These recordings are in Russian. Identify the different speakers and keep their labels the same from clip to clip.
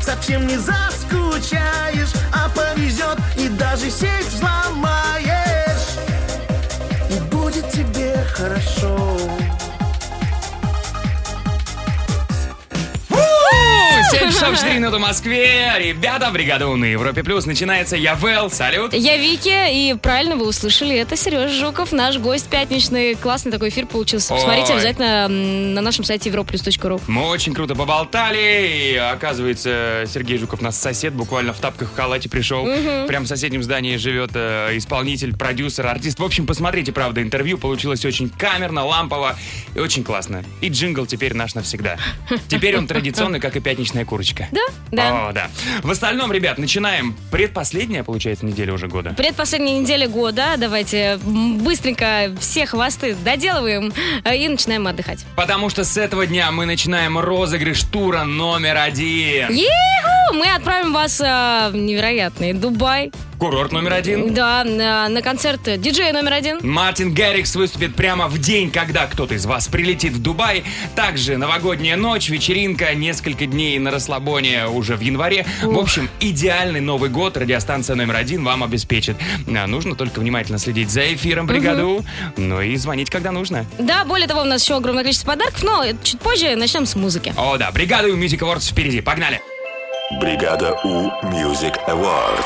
Speaker 1: совсем не заскучаешь, а повезет и даже сеть взломаешь. И будет тебе хорошо.
Speaker 2: У, 7 часов 4 минуты в Москве. Ребята, бригада У на Европе Плюс. Начинается Явел. Салют.
Speaker 3: Я Вики, и правильно вы услышали, это Сережа Жуков, наш гость пятничный. Классный такой эфир получился. Посмотрите
Speaker 2: Ой.
Speaker 3: обязательно м, на нашем сайте europlus.ru.
Speaker 2: Мы очень круто поболтали, и оказывается, Сергей Жуков нас сосед, буквально в тапках в халате пришел. Прям в соседнем здании живет э, исполнитель, продюсер, артист. В общем, посмотрите, правда, интервью получилось очень камерно, лампово и очень классно. И джингл теперь наш навсегда. Теперь он традиционный, как и пятничная курочка.
Speaker 3: Да? Да.
Speaker 2: О, да. В остальном, ребят, начинаем. Предпоследняя, получается, неделя уже года.
Speaker 3: Предпоследняя неделя года. Давайте м, быстренько все хвосты доделываем э, и начинаем отдыхать.
Speaker 2: Потому что с этого дня мы начинаем розыгрыш тура номер один.
Speaker 3: Еху! Мы отправим вас э, в невероятный Дубай.
Speaker 2: Курорт номер один.
Speaker 3: Да, на, на концерт диджея номер один.
Speaker 2: Мартин Гаррикс выступит прямо в день, когда кто-то из вас прилетит в Дубай. Также новогодняя ночь, вечеринка, несколько дней на расслабоне уже в январе. В общем, идеальный Новый год радиостанция номер один вам обеспечит. А нужно только внимательно следить за эфиром бригаду, ну и звонить, когда нужно.
Speaker 3: Да, более того, у нас еще огромное количество подарков, но э, чуть позже начнем с музыки.
Speaker 2: О, да, бригаду Music Awards впереди. Погнали!
Speaker 4: Бригада У Music Awards.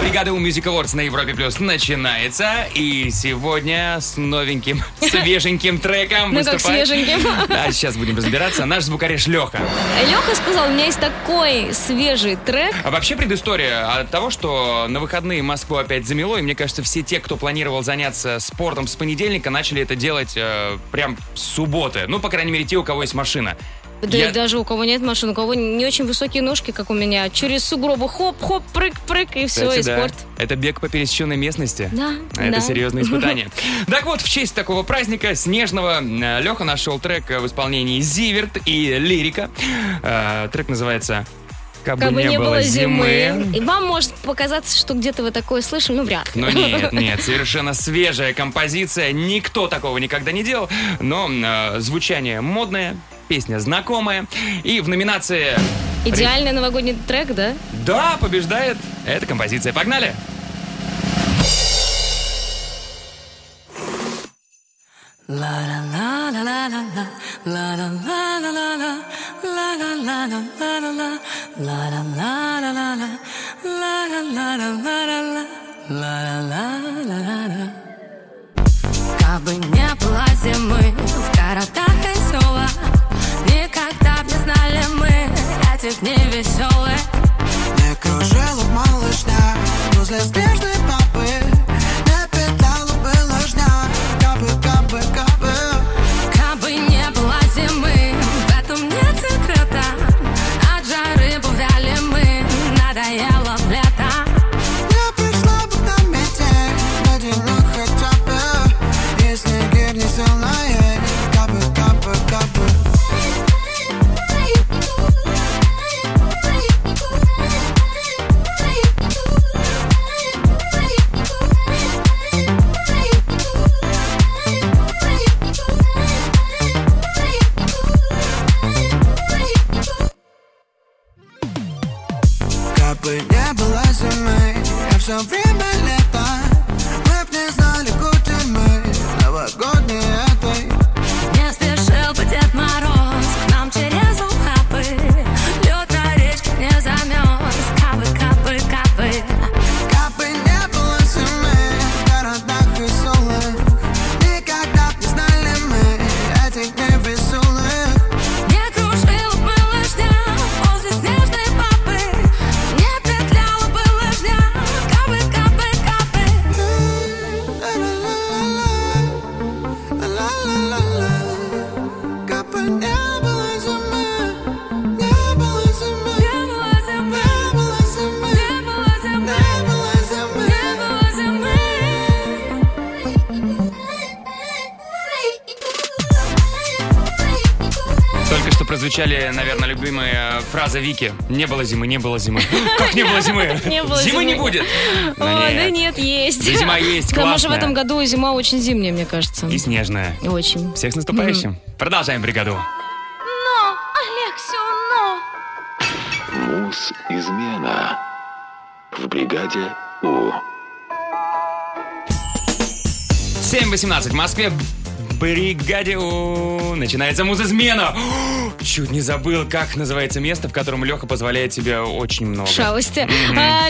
Speaker 2: Бригада у Music Awards на Европе Плюс начинается. И сегодня с новеньким, свеженьким треком
Speaker 3: Ну, как
Speaker 2: выступает-
Speaker 3: свеженьким.
Speaker 2: А сейчас будем разбираться. Наш звукореж Леха.
Speaker 3: Леха сказал, у меня есть такой свежий трек.
Speaker 2: А вообще предыстория от того, что на выходные Москву опять замело, и мне кажется, все те, кто планировал заняться спортом с понедельника, начали это делать э, прям с субботы. Ну, по крайней мере, те, у кого есть машина.
Speaker 3: Да
Speaker 2: Я-
Speaker 3: и даже у кого нет машин, у кого не очень высокие ножки, как у меня. Через сугробы хоп-хоп, прыг-прыг, и все,
Speaker 2: Кстати,
Speaker 3: и
Speaker 2: да.
Speaker 3: спорт.
Speaker 2: Это бег по пересеченной местности. А
Speaker 3: Да,
Speaker 2: Это
Speaker 3: да.
Speaker 2: серьезное испытание. Так вот, в честь такого праздника снежного Леха нашел трек э, в исполнении Зиверт и Лирика. Э, Трек называется «Кабы
Speaker 3: Как бы
Speaker 2: не было зимы».
Speaker 3: И вам может показаться, что где-то вы такое слышали, ну вряд ли.
Speaker 2: Ну нет, нет, совершенно свежая композиция. Никто такого никогда не делал. Но э, звучание модное, песня знакомая. И в номинации...
Speaker 3: Идеальный новогодний трек, да?
Speaker 2: Да, побеждает эта композиция. Погнали!
Speaker 5: Кабы не было зимы в городах и селах Никогда б не знали мы этих дней веселых
Speaker 6: Не кружила малышня Возле снежной папы Не питала бы ложня Капы, капы, капы
Speaker 5: Кабы не было зимы, в этом нет секрета От жары бувяли мы, надоело лето
Speaker 6: Не пришла бы к нам метель На денек хотя бы И снегирь не сел на ель Капы, капы, капы Капы не было зимы Я все время лето Мы б не знали, куда мы Новогодней этой
Speaker 5: Не спешил бы Дед Мороз к нам через ухапы Лед на речке не замерз, капы, капы, капы
Speaker 6: Капы не было зимы в городах и селах Никогда б не знали мы этих дней веселых
Speaker 5: Не кружила бы лыжня возле снежной папы Не петляла бы лыжня, капы, капы, капы
Speaker 6: Ла-ла-ла-ла, ла-ла-ла-ла Капы не было зимы, не было зимы
Speaker 5: Не было зимы,
Speaker 6: Не было
Speaker 5: не
Speaker 6: зимы,
Speaker 5: было зимы,
Speaker 6: не было
Speaker 5: не было
Speaker 6: зимы
Speaker 5: зимы
Speaker 2: Только что прозвучали, наверное, любимые э, фразы Вики. Не было зимы, не было зимы. Как не было зимы?
Speaker 3: Не было
Speaker 2: Зимы
Speaker 3: зимы.
Speaker 2: не будет. Ну
Speaker 3: Ой, да
Speaker 2: нет.
Speaker 3: нет, есть.
Speaker 2: Да зима есть,
Speaker 3: Потому что в
Speaker 2: классная.
Speaker 3: этом году зима очень зимняя, мне кажется.
Speaker 2: И снежная.
Speaker 3: Очень.
Speaker 2: Всех с наступающим. Продолжаем бригаду.
Speaker 7: Но, а
Speaker 4: Секс-измена в бригаде У.
Speaker 2: 7.18 в Москве. В Бригаде У начинается музызмена. Чуть не забыл, как называется место, в котором Леха позволяет себе очень много.
Speaker 3: Шалости.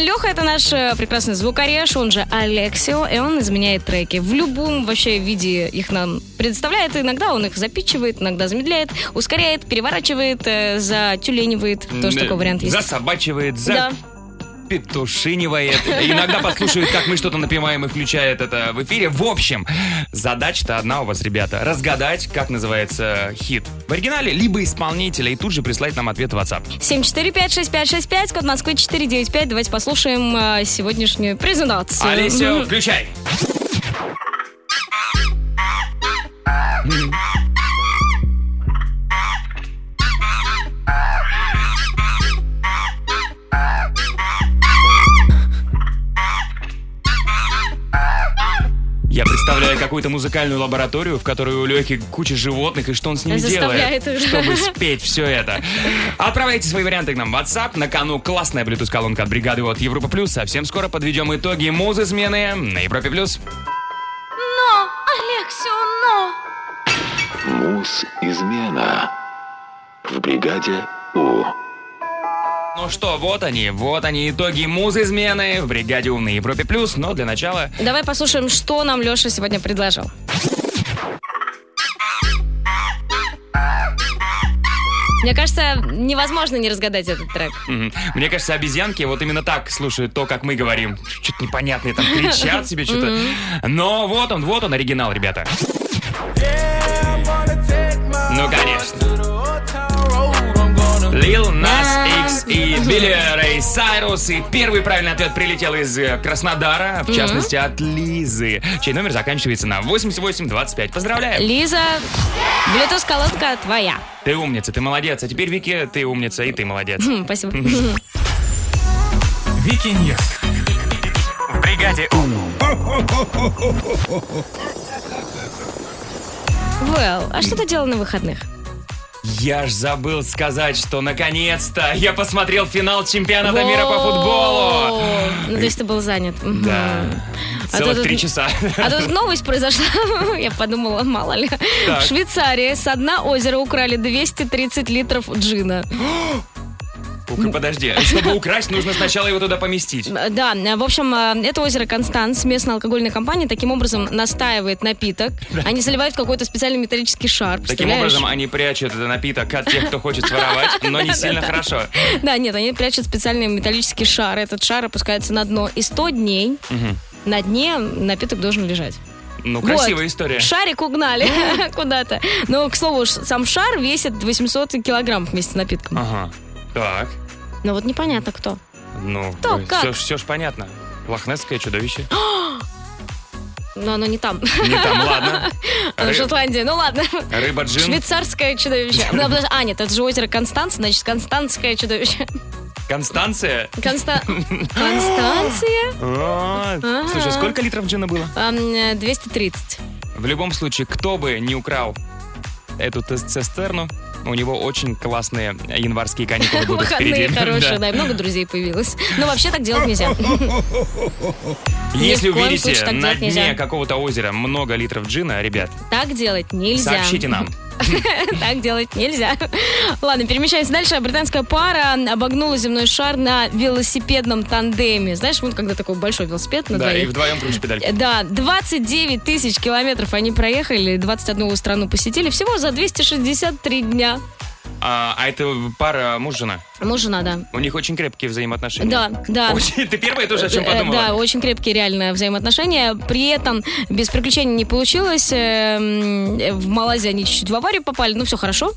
Speaker 3: Леха это наш э, прекрасный звукореж, он же Алексио, и он изменяет треки. В любом вообще виде их нам предоставляет. Иногда он их запичивает, иногда замедляет, ускоряет, переворачивает, э, затюленивает. Тоже
Speaker 2: М,
Speaker 3: такой вариант есть.
Speaker 2: Засобачивает, за
Speaker 3: Да.
Speaker 2: петушинивает. Иногда подслушивает, как мы что-то напеваем и включает это в эфире. В общем, задача-то одна у вас, ребята. Разгадать, как называется хит в оригинале, либо исполнителя, и тут же прислать нам ответ в WhatsApp.
Speaker 3: 7456565, код Москвы 495. Давайте послушаем э, сегодняшнюю презентацию.
Speaker 2: Олеся, включай. Я представляю какую-то музыкальную лабораторию, в которой у Лехи куча животных, и что он с ними
Speaker 3: Заставляет
Speaker 2: делает,
Speaker 3: их.
Speaker 2: чтобы спеть все это. Отправляйте свои варианты к нам в WhatsApp. На кону классная Bluetooth-колонка от бригады от Европа Плюс. Совсем скоро подведем итоги музы-смены на Европе Плюс.
Speaker 4: Муз-измена в бригаде У.
Speaker 2: Ну что, вот они, вот они итоги муз-измены в бригаде У на Европе Плюс. Но для начала
Speaker 3: Давай послушаем, что нам Леша сегодня предложил. Мне кажется, невозможно не разгадать этот трек.
Speaker 2: Мгм. Мне кажется, обезьянки вот именно так слушают то, как мы говорим. Что-то непонятное там кричат себе что-то. Но вот он, вот он оригинал, ребята. Ну, конечно. Лил Нас Икс и Билли Рэй Сайрус. И первый правильный ответ прилетел из э, Краснодара, в частности, от Лизы, чей номер заканчивается на 8825. Поздравляю!
Speaker 3: Лиза, Bluetooth-колодка твоя.
Speaker 2: Ты умница, ты молодец. А теперь, Вики, ты умница и ты молодец.
Speaker 3: Хм, Спасибо.
Speaker 7: Вики Ньюс. В бригаде У.
Speaker 3: Well, а что ты делал на выходных?
Speaker 2: Я ж забыл сказать, что наконец-то я посмотрел финал чемпионата мира по футболу.
Speaker 3: Воу. Ну, то есть ты был занят. Мгм.
Speaker 2: Да.
Speaker 3: А
Speaker 2: Целых
Speaker 3: то
Speaker 2: три
Speaker 3: тут-
Speaker 2: часа.
Speaker 3: А тут новость произошла. Я подумала, мало ли.
Speaker 2: Так.
Speaker 3: В Швейцарии со дна озера украли 230 литров джина.
Speaker 2: Ух, подожди, чтобы украсть, нужно сначала его туда поместить.
Speaker 3: Да, э, в общем, э, это озеро Констанс, местная алкогольная компания, таким образом настаивает напиток. Они заливают в какой-то специальный металлический шар.
Speaker 2: Таким
Speaker 3: представляешь?
Speaker 2: образом, они прячут этот напиток от тех, кто хочет своровать, но не сильно хорошо.
Speaker 3: Да, нет, они прячут специальный металлический шар. Этот шар опускается на дно. И 100 дней на дне напиток должен лежать.
Speaker 2: Ну,
Speaker 3: Вот.
Speaker 2: красивая история.
Speaker 3: Шарик угнали
Speaker 2: Ну.
Speaker 3: куда-то. Но, к слову, ш- сам шар весит 800 килограмм вместе с напитком.
Speaker 2: Ага. Так.
Speaker 3: Но вот непонятно кто.
Speaker 2: Ну,
Speaker 3: Кто, как?
Speaker 2: все, ж понятно. Лохнесское чудовище.
Speaker 3: Но оно не там.
Speaker 2: Не там, ладно.
Speaker 3: Оно в
Speaker 2: Ры-
Speaker 3: Шотландии. Ну ладно.
Speaker 2: Рыба джин.
Speaker 3: Швейцарское чудовище. Ну, подожди, А, нет, это же озеро Констанция, значит, Констанцкое чудовище.
Speaker 2: Констанция.
Speaker 3: Конста... Констанция?
Speaker 2: А,
Speaker 3: А.
Speaker 2: Слушай, сколько литров джина было?
Speaker 3: Ам, э, 230.
Speaker 2: В любом случае, кто бы не украл эту тес- цистерну, у него очень классные январские каникулы будут
Speaker 3: Выходные
Speaker 2: впереди.
Speaker 3: хорошие,
Speaker 2: Да.
Speaker 3: да, и много друзей появилось. Но вообще так делать нельзя.
Speaker 2: Если
Speaker 3: в коем случае
Speaker 2: увидите
Speaker 3: так
Speaker 2: на
Speaker 3: делать нельзя.
Speaker 2: дне какого-то озера много литров джина, ребят,
Speaker 3: Так делать нельзя.
Speaker 2: сообщите нам.
Speaker 3: Так делать нельзя. Ладно, перемещаемся дальше. Британская пара обогнула земной шар на велосипедном тандеме. Знаешь, вот когда такой большой велосипед на
Speaker 2: Да, и
Speaker 3: двоих. Э,
Speaker 2: вдвоем круче педаль.
Speaker 3: Да, 29 тысяч километров они проехали, 21 страну посетили. Всего за 263 дня.
Speaker 2: А, а это пара муж-жена.
Speaker 3: Муж, жена, да.
Speaker 2: У них очень крепкие взаимоотношения.
Speaker 3: Да, да.
Speaker 2: Очень- Ты первая тоже о чем
Speaker 3: Э, Да,
Speaker 2: подумала?
Speaker 3: очень крепкие реально взаимоотношения. При этом без приключений не получилось. Эм, э, В Малайзии они чуть-чуть в аварию попали, ну все хорошо.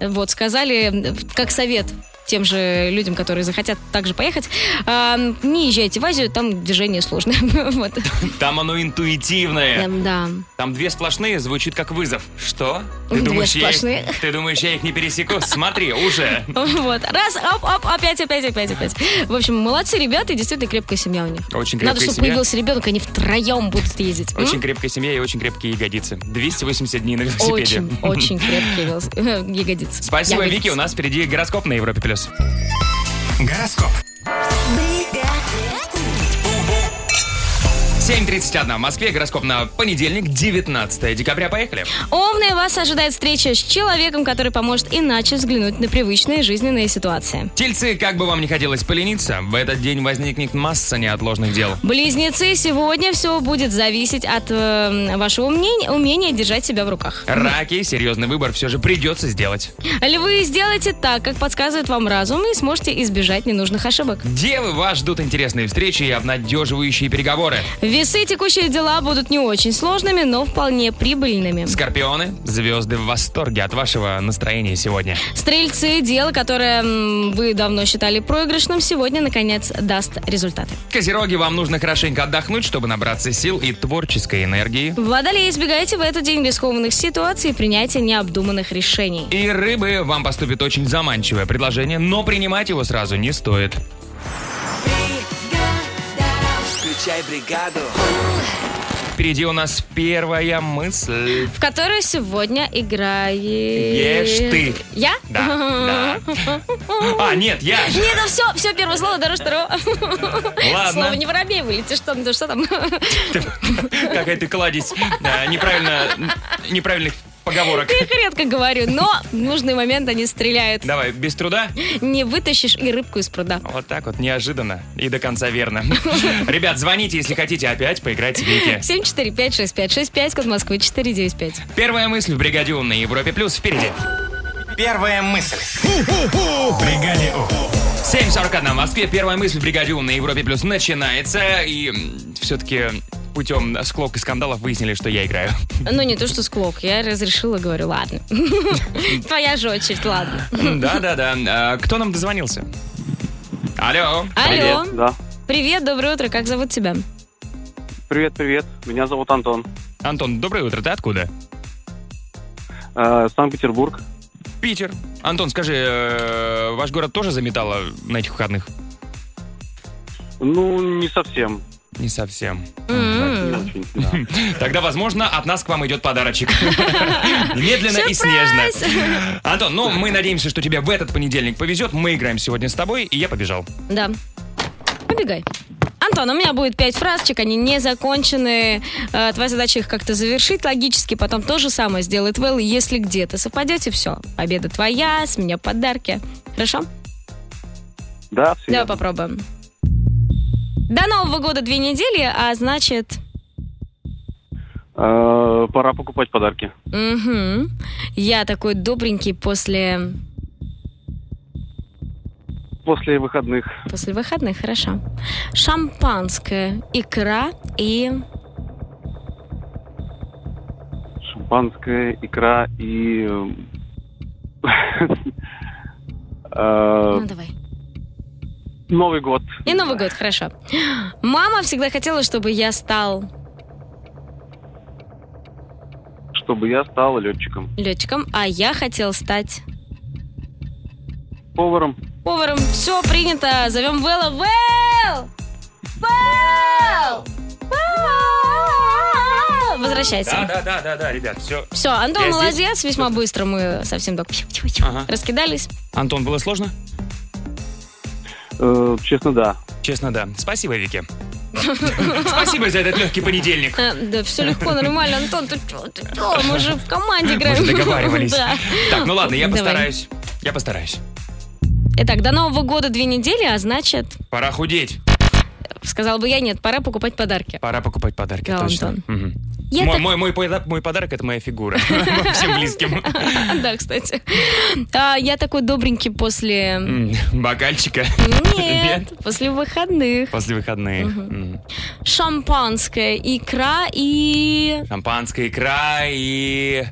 Speaker 3: Вот, сказали, э, как совет тем же людям, которые захотят также поехать, эм, не езжайте в Азию, там движение сложное. Вот.
Speaker 2: Там оно интуитивное.
Speaker 3: Эм, Да.
Speaker 2: Там две сплошные звучит как вызов. Что? Ты
Speaker 3: Две
Speaker 2: думаешь, я их-
Speaker 3: сплошные?
Speaker 2: Ты думаешь, я их не пересеку? Смотри, уже.
Speaker 3: Вот. Раз, оп, оп, опять, опять, опять, опять. В общем, молодцы ребята, и действительно крепкая семья у них.
Speaker 2: Очень
Speaker 3: Надо,
Speaker 2: крепкая
Speaker 3: чтобы
Speaker 2: семья.
Speaker 3: появился ребенок, они втроем будут ездить. М?
Speaker 2: Очень крепкая семья и очень крепкие ягодицы. 280 дней на велосипеде.
Speaker 3: Очень, очень крепкие велос- ягодицы.
Speaker 2: Спасибо,
Speaker 3: Ягодицы.
Speaker 2: Вики. У нас впереди гороскоп на Европе плюс.
Speaker 7: Гороскоп.
Speaker 2: 7.31 в Москве. Гороскоп на понедельник, 19 декабря. Поехали.
Speaker 3: Овны, вас ожидает встреча с человеком, который поможет иначе взглянуть на привычные жизненные ситуации.
Speaker 2: Тельцы, как бы вам не хотелось полениться, в этот день возникнет масса неотложных дел.
Speaker 3: Близнецы, сегодня все будет зависеть от э, вашего мнения, умения держать себя в руках.
Speaker 2: Раки, серьезный выбор все же придется сделать.
Speaker 3: Львы, сделайте так, как подсказывает вам разум, и сможете избежать ненужных ошибок.
Speaker 2: Девы, вас ждут интересные встречи и обнадеживающие переговоры.
Speaker 3: Весы, текущие дела будут не очень сложными, но вполне прибыльными.
Speaker 2: Скорпионы, звезды в восторге от вашего настроения сегодня.
Speaker 3: Стрельцы, дело, которое м, вы давно считали проигрышным, сегодня, наконец, даст результаты.
Speaker 2: Козероги, вам нужно хорошенько отдохнуть, чтобы набраться сил и творческой энергии.
Speaker 3: Водолеи, избегайте в этот день рискованных ситуаций и принятия необдуманных решений.
Speaker 2: И рыбы, вам поступит очень заманчивое предложение, но принимать его сразу не стоит. Впереди у нас первая мысль.
Speaker 3: В которую сегодня играет...
Speaker 2: Ешь ты.
Speaker 3: Я?
Speaker 2: Да, да. А, нет, я же.
Speaker 3: Нет, все, все, ну первое слово дороже второго. Слово
Speaker 2: Ладно,
Speaker 3: не воробей вылетишь, что, ну, что там?
Speaker 2: какая ты кладезь э, неправильно, неправильных поговорок.
Speaker 3: Я их редко говорю, но в нужный момент они стреляют.
Speaker 2: Давай, без труда.
Speaker 3: Не вытащишь и рыбку из пруда.
Speaker 2: Вот так вот, неожиданно и до конца верно. Ребят, звоните, если хотите опять поиграть в Вики.
Speaker 3: 7456565, код Москвы 495.
Speaker 2: Первая мысль в бригаде «У» на Европе Плюс впереди.
Speaker 7: Первая мысль. В Бригаде У.
Speaker 2: 7.41 в Москве. Первая мысль в бригаде «У» на Европе Плюс начинается. И все-таки путем склок и скандалов выяснили, что я играю.
Speaker 3: Ну, не то, что склок. Я разрешила, говорю, ладно. Твоя же очередь, ладно.
Speaker 2: Да-да-да. А, Кто нам дозвонился? Алло.
Speaker 3: Алло.
Speaker 8: Да.
Speaker 3: Привет, доброе утро. Как зовут тебя?
Speaker 8: Привет, привет. Меня зовут Антон.
Speaker 2: Антон, доброе утро. Ты откуда?
Speaker 8: Э, Санкт-Петербург.
Speaker 2: Питер. Антон, скажи, э, ваш город тоже заметало на этих выходных?
Speaker 8: Ну, не совсем.
Speaker 2: Не совсем.
Speaker 8: Не
Speaker 3: М-м.
Speaker 8: очень, да.
Speaker 2: Тогда, возможно, от нас к вам идет подарочек. Медленно и снежно. Антон, ну, мы надеемся, что тебе в этот понедельник повезет. Мы играем сегодня с тобой, и я побежал.
Speaker 3: Да. Побегай. Антон, у меня будет пять фразочек, они не закончены. Э, Твоя задача их как-то завершить логически, потом то же самое сделает Вэл. и Если где-то совпадете, все, победа твоя, с меня подарки. Хорошо?
Speaker 8: Да, все.
Speaker 3: Давай попробуем. До Нового года две недели, а значит...
Speaker 8: Э, пора покупать подарки.
Speaker 3: Угу. Я такой добренький после,
Speaker 8: После выходных.
Speaker 3: после выходных, хорошо. Шампанское, икра и...
Speaker 8: Шампанское, икра и... э,
Speaker 3: Ну, давай.
Speaker 8: Новый год.
Speaker 3: И Новый год, хорошо. Мама всегда хотела, чтобы я стал
Speaker 8: Чтобы я стал летчиком.
Speaker 3: летчиком, а я хотел стать
Speaker 8: Поваром.
Speaker 3: поваром. Все принято. Зовем Вэлла. Вэл! Вэл! Вэл! Возвращайся.
Speaker 2: да, да, да, да, ребят, все.
Speaker 3: Все, Антон,
Speaker 2: Я здесь.
Speaker 3: молодец, весьма быстро мы совсем так
Speaker 2: Ага.
Speaker 3: раскидались.
Speaker 2: Антон, было сложно?
Speaker 8: Э, честно, да.
Speaker 2: Честно, да. Спасибо, Вики. Спасибо за этот легкий понедельник.
Speaker 3: Э, Да, все легко, нормально, Антон, ты чё, ты чё, мы же в команде
Speaker 2: Мы
Speaker 3: играем.
Speaker 2: же договаривались.
Speaker 3: Да.
Speaker 2: Так, ну ладно, я
Speaker 3: Давай.
Speaker 2: постараюсь. Я постараюсь.
Speaker 3: Итак, до Нового года две недели, а значит,
Speaker 2: Пора худеть.
Speaker 3: сказал бы я, нет, пора покупать подарки.
Speaker 2: Пора покупать подарки,
Speaker 3: Да,
Speaker 2: точно.
Speaker 3: Антон.
Speaker 2: Мгм.
Speaker 3: Я
Speaker 2: мой,
Speaker 3: так-
Speaker 2: мой, мой пода- мой подарок — это моя фигура. Всем близким.
Speaker 3: Да, кстати. А, я такой добренький после...
Speaker 2: М, Бокальчика
Speaker 3: Нет, после выходных.
Speaker 2: после выходных. М.
Speaker 3: Шампанское, икра и...
Speaker 2: Шампанское, икра и...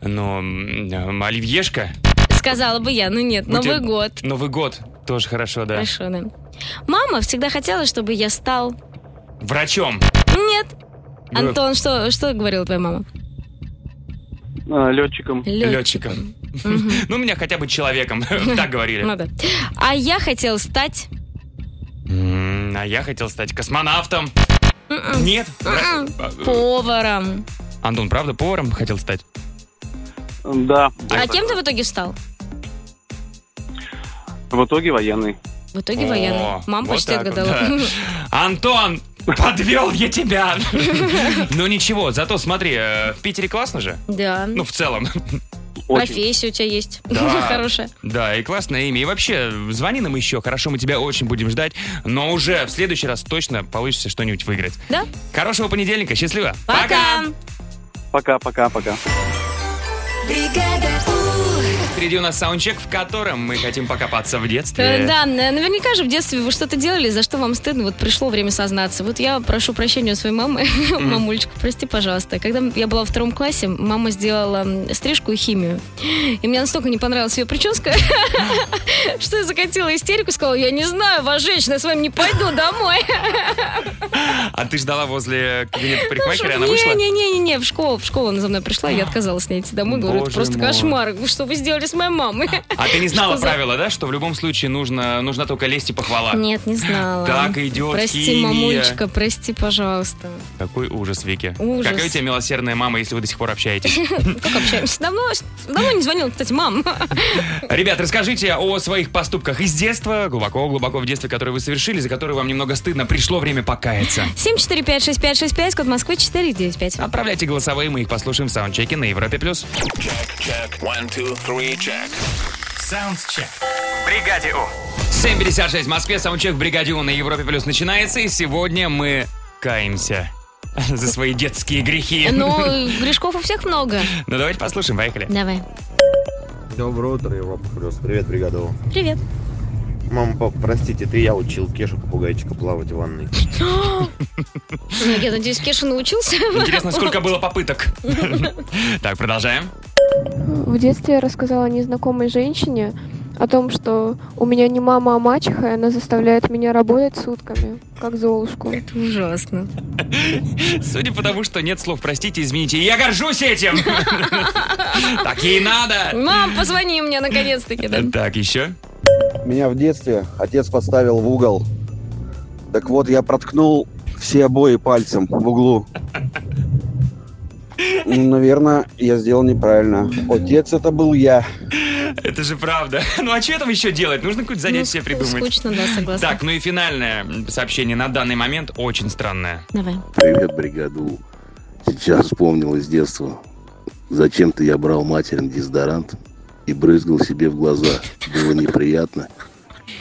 Speaker 2: Ну, м, оливьешка.
Speaker 3: Сказала бы я, ну нет,
Speaker 2: Будет-
Speaker 3: Новый год.
Speaker 2: Новый год. Тоже хорошо, да.
Speaker 3: Хорошо, да. Мама всегда хотела, чтобы я стал...
Speaker 2: Врачом.
Speaker 3: Нет. Антон, что, что говорила твоя мама?
Speaker 8: Э, летчиком.
Speaker 3: Летчиком.
Speaker 2: Летчиком. Ну, меня хотя бы человеком. Так
Speaker 3: Ну
Speaker 2: говорили.
Speaker 3: да. А я хотел стать...
Speaker 2: М, А я хотел стать космонавтом. Нет.
Speaker 3: М-м.
Speaker 2: А, э,
Speaker 3: Поваром.
Speaker 2: Антон, правда, поваром хотел стать?
Speaker 8: Да.
Speaker 3: А кем ты в итоге стал?
Speaker 8: В итоге военный.
Speaker 3: В итоге
Speaker 2: О,
Speaker 3: военный. Мам
Speaker 2: вот
Speaker 3: почти
Speaker 2: так вот,
Speaker 3: отгадала.
Speaker 2: да. Антон, подвел я тебя. Ну ничего, зато смотри, э, в Питере классно же.
Speaker 3: Да.
Speaker 2: Ну, в целом.
Speaker 8: Очень.
Speaker 3: Профессия у тебя есть.
Speaker 2: Да.
Speaker 3: Хорошая.
Speaker 2: Да, и классное имя. И вообще, звони нам еще, хорошо, мы тебя очень будем ждать. Но уже в следующий раз точно получится что-нибудь выиграть.
Speaker 3: Да?
Speaker 2: Хорошего понедельника, счастливо.
Speaker 3: Пока!
Speaker 8: Пока-пока-пока.
Speaker 2: Впереди у нас саундчек, в котором мы хотим покопаться в
Speaker 3: Э,
Speaker 2: детстве.
Speaker 3: Да, н- наверняка же в детстве вы что-то делали, за что вам стыдно. Вот пришло время сознаться. Вот я прошу прощения у своей мамы. Мамулечка, прости, пожалуйста. Когда я была во втором классе, мама сделала м, стрижку и химию. И мне настолько не понравилась ее прическа, что я закатила истерику и сказала, я не знаю вас, женщина, я с вами не пойду домой.
Speaker 2: А ты ждала возле кабинета парикмахера, и она вышла? А.
Speaker 3: Не-не-не, в школу, в школу она за мной пришла, и я отказалась с ней идти домой. Говорю, это
Speaker 2: Боже
Speaker 3: просто
Speaker 2: мой.
Speaker 3: кошмар. Вы Что вы сделали с моей мамой?
Speaker 2: А ты не знала
Speaker 3: Что за-
Speaker 2: правила, да, что в любом случае нужно, нужна только лесть и похвала?
Speaker 3: Нет, не знала.
Speaker 2: Так идет
Speaker 3: Прости,
Speaker 2: химия.
Speaker 3: мамулечка, прости, пожалуйста.
Speaker 2: Какой ужас, Вики.
Speaker 3: Ужас.
Speaker 2: Какая у тебя милосердная мама, если вы до сих пор общаетесь.
Speaker 3: Как общаемся? Давно, давно не звонил, кстати, мам.
Speaker 2: Ребят, расскажите о своих поступках из детства, глубоко-глубоко в детстве, которые вы совершили, за которые вам немного стыдно. Пришло время покаяться.
Speaker 3: 7456565, код Москвы 495.
Speaker 2: Отправляйте голосовые, мы их послушаем в саундчеке на Европе+. плюс.
Speaker 7: В бригаде У.
Speaker 2: 7.56 в Москве, саундчек в «Бригаде У» на Европе+. плюс начинается, и сегодня мы каемся за свои детские грехи.
Speaker 3: Ну, грешков у всех много.
Speaker 2: Ну, давайте послушаем, поехали.
Speaker 3: Давай.
Speaker 9: Доброе утро, Европа Плюс. Привет, бригада. О.
Speaker 3: Привет.
Speaker 9: Мама, пап, простите, это я учил Кешу попугайчика плавать в ванной.
Speaker 3: Ну, я надеюсь, Кеша научился.
Speaker 2: Интересно, сколько было попыток. Так, продолжаем.
Speaker 10: В детстве я рассказала незнакомой женщине о том, что у меня не мама, а мачеха, и она заставляет меня работать сутками, как золушку.
Speaker 3: Это ужасно.
Speaker 2: Судя по тому, что нет слов «простите», «извините», я горжусь этим! Так ей надо!
Speaker 3: Мам, позвони мне, наконец-таки. да.
Speaker 2: Так, еще.
Speaker 9: Меня в детстве отец подставил в угол. Так вот, я проткнул все обои пальцем в углу. Ну, Наверное, я сделал неправильно. Отец это был я.
Speaker 2: Это же правда. Ну а что там еще делать? Нужно какое-то занятие себе
Speaker 3: Ну,
Speaker 2: придумать.
Speaker 3: Скучно, да, согласна.
Speaker 2: Так, ну и финальное сообщение на данный момент очень странное.
Speaker 3: Давай.
Speaker 9: Привет, бригаду. Сейчас вспомнил из детства. Зачем-то я брал материн дезодорант и брызгал себе в глаза. Было неприятно.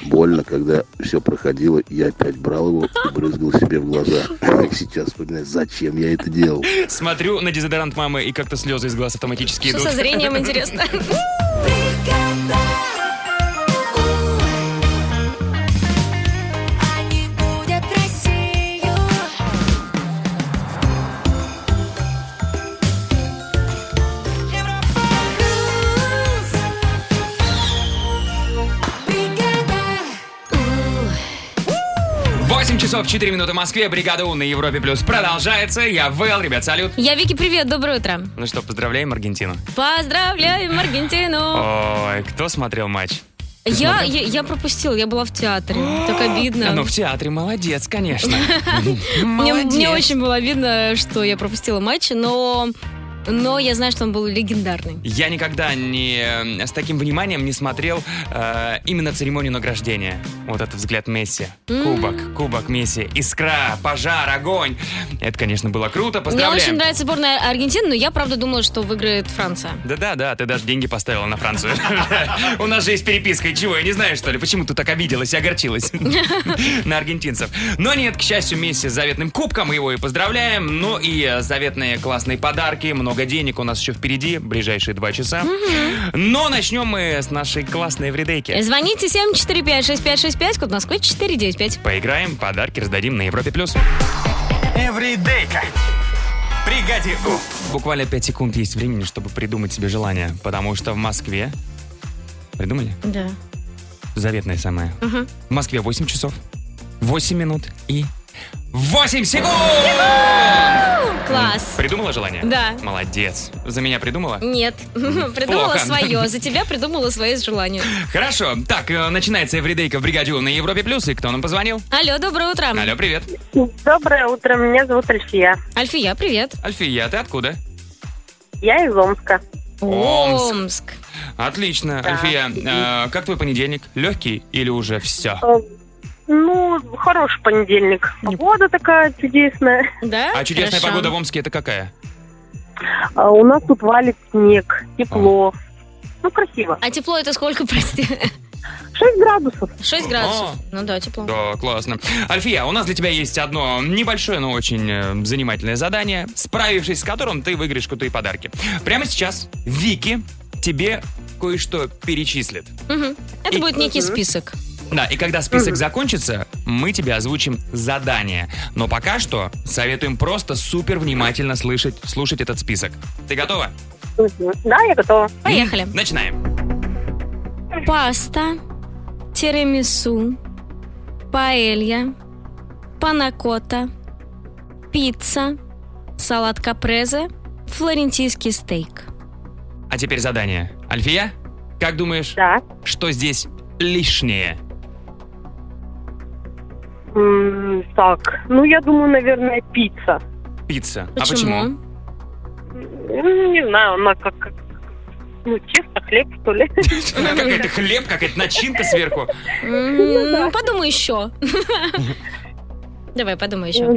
Speaker 9: Больно, когда все проходило, я опять брал его и брызгал себе в глаза. Сейчас вспоминаю, зачем я это делал.
Speaker 2: Смотрю на дезодорант мамы, и как-то слезы из глаз автоматически
Speaker 3: Что
Speaker 2: идут.
Speaker 3: со зрением интересно?
Speaker 5: Они будят Россию Европа плюс Бригада
Speaker 2: 8 часов 4 минуты в Москве. Бригада У на Европе Плюс продолжается. Я Вэл, ребят, салют.
Speaker 3: Я Вики, привет, доброе утро.
Speaker 2: Ну что, поздравляем Аргентину.
Speaker 3: Поздравляем Аргентину.
Speaker 2: Ой, кто смотрел матч?
Speaker 3: Я, я, я пропустила, я была в театре. Так обидно.
Speaker 2: Ну, в театре молодец, конечно.
Speaker 3: Мне, мне очень было видно, что я пропустила матч, но, но я знаю, что он был легендарный.
Speaker 2: Я никогда не э, с таким вниманием не смотрел э, именно церемонию награждения. Вот этот взгляд Месси. Кубок, кубок Месси, искра, пожар, огонь. Это, конечно, было круто.
Speaker 3: Мне
Speaker 2: Поздравляем.
Speaker 3: очень нравится сборная Аргентины, но я правда думала, что выиграет Франция.
Speaker 2: Да-да-да, ты даже деньги поставила на Францию. У нас же есть переписка, и чего, я не знаю, что ли? Почему ты так обиделась и огорчилась на аргентинцев? Но нет, к счастью, Месси с заветным кубком, его и поздравляем. Ну и э, заветные классные подарки, много денег у нас еще впереди, ближайшие два часа. Но начнем мы с нашей классной вредейки.
Speaker 3: Звоните 745-6565, код Москвы 495.
Speaker 2: Поиграем, подарки раздадим на Европе+. плюс.
Speaker 7: Эвридейка. В бригаде У.
Speaker 2: Буквально 5 секунд есть времени, чтобы придумать себе желание, потому что в Москве... Придумали?
Speaker 3: Да.
Speaker 2: Заветное самое. В Москве 8 часов, 8 минут и 8 секунд!
Speaker 3: Класс.
Speaker 2: Придумала желание?
Speaker 3: Да.
Speaker 2: Молодец. За меня придумала?
Speaker 3: Нет, придумала
Speaker 2: Плохо.
Speaker 3: свое. За тебя придумала свое желание.
Speaker 2: Хорошо. Так, э, начинается эвридейка в бригаде У на Европе Плюс. И кто нам позвонил?
Speaker 3: Алло, доброе утро.
Speaker 2: Алло, привет.
Speaker 11: Доброе утро, меня зовут Альфия.
Speaker 3: Альфия, привет.
Speaker 2: Альфия, ты откуда?
Speaker 11: Я из Омска.
Speaker 2: Омск.
Speaker 3: Омск.
Speaker 2: Отлично,
Speaker 11: Да.
Speaker 2: Альфия. э, как твой понедельник? Легкий или уже А все?
Speaker 11: Э, Ну, хороший понедельник. Погода такая чудесная.
Speaker 3: Да?
Speaker 2: А чудесная погода в Омске это какая?
Speaker 11: А у нас тут валит снег, тепло. Ну, красиво.
Speaker 3: А тепло это сколько, прости?
Speaker 11: 6 градусов.
Speaker 3: 6 градусов. Ну да, тепло.
Speaker 2: Да, классно. Альфия, у нас для тебя есть одно небольшое, но очень э, занимательное задание, справившись с которым ты выиграешь крутые подарки. Прямо сейчас Вики тебе кое-что перечислит.
Speaker 3: Мгм. Это будет некий список.
Speaker 2: Да, и когда список закончится, мы тебе озвучим задание. Но пока что советуем просто супер внимательно слышать, слушать этот список. Ты готова?
Speaker 11: Да, я готова.
Speaker 3: Поехали.
Speaker 2: Начинаем.
Speaker 3: Паста, тирамису, паэлья, панакота, пицца, салат капрезе, флорентийский стейк.
Speaker 2: А теперь задание. Альфия, как думаешь, что здесь лишнее?
Speaker 11: М, так, ну, я думаю, наверное, пицца.
Speaker 2: Пицца. А почему?
Speaker 11: Ну, не знаю, она как... как- Ну, честно, хлеб, что ли?
Speaker 2: Она Какая-то хлеб, какая-то начинка сверху.
Speaker 3: М, Ну, подумай еще. Давай, подумай еще.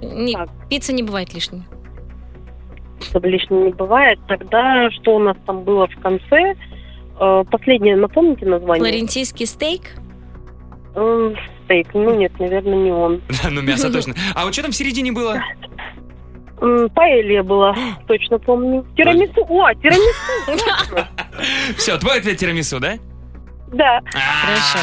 Speaker 3: Не, пицца не бывает лишней.
Speaker 11: Чтобы лишним не бывает. Тогда что у нас там было в конце? Э, Последнее, напомните название?
Speaker 3: Флорентийский стейк?
Speaker 11: М, Стейк. Ну нет, наверное, не он.
Speaker 2: Да, ну мясо точно. А вот что там в середине было?
Speaker 11: М, Паэлья была, точно помню. Тирамису. О, тирамису.
Speaker 2: Все, твой ответ тирамису, да? А,
Speaker 11: Да.
Speaker 3: Хорошо.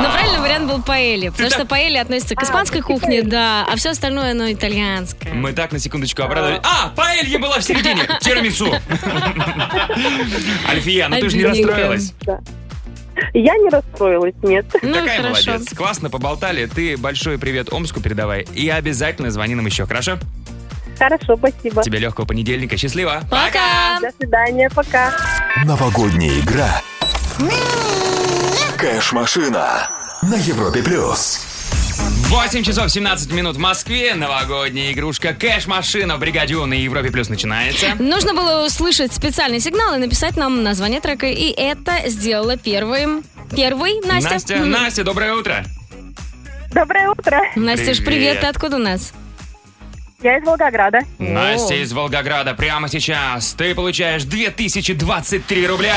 Speaker 3: Но правильный вариант был паэлья, потому что паэлья относится к испанской кухне, да, а все остальное, оно итальянское.
Speaker 2: Мы так на секундочку обрадовались. А, паэлья была в середине. Тирамису. Альфия, ну ты же не
Speaker 11: Обидненько.
Speaker 2: расстроилась.
Speaker 11: Да. Я не расстроилась, нет.
Speaker 3: Ну,
Speaker 2: Такая молодец. Классно поболтали. Ты большой привет Омску передавай. И обязательно звони нам еще, хорошо?
Speaker 11: Хорошо, спасибо.
Speaker 2: Тебе легкого понедельника. Счастливо.
Speaker 11: Пока. До свидания, пока.
Speaker 12: Новогодняя игра. Кэш-машина на Европе плюс.
Speaker 2: 8 часов 17 минут в Москве. Новогодняя игрушка Кэш-машина в бригаде У» на Европе Плюс начинается.
Speaker 3: Нужно было услышать специальный сигнал и написать нам название трека, и это сделала первым. Первый Настя.
Speaker 2: Настя,
Speaker 3: Мгм.
Speaker 2: Настя, доброе утро.
Speaker 11: Доброе утро.
Speaker 3: Настюш, привет.
Speaker 2: Привет.
Speaker 3: Ты откуда у нас?
Speaker 11: Я из Волгограда.
Speaker 2: Настя из Волгограда прямо сейчас. Ты получаешь 2023 рубля.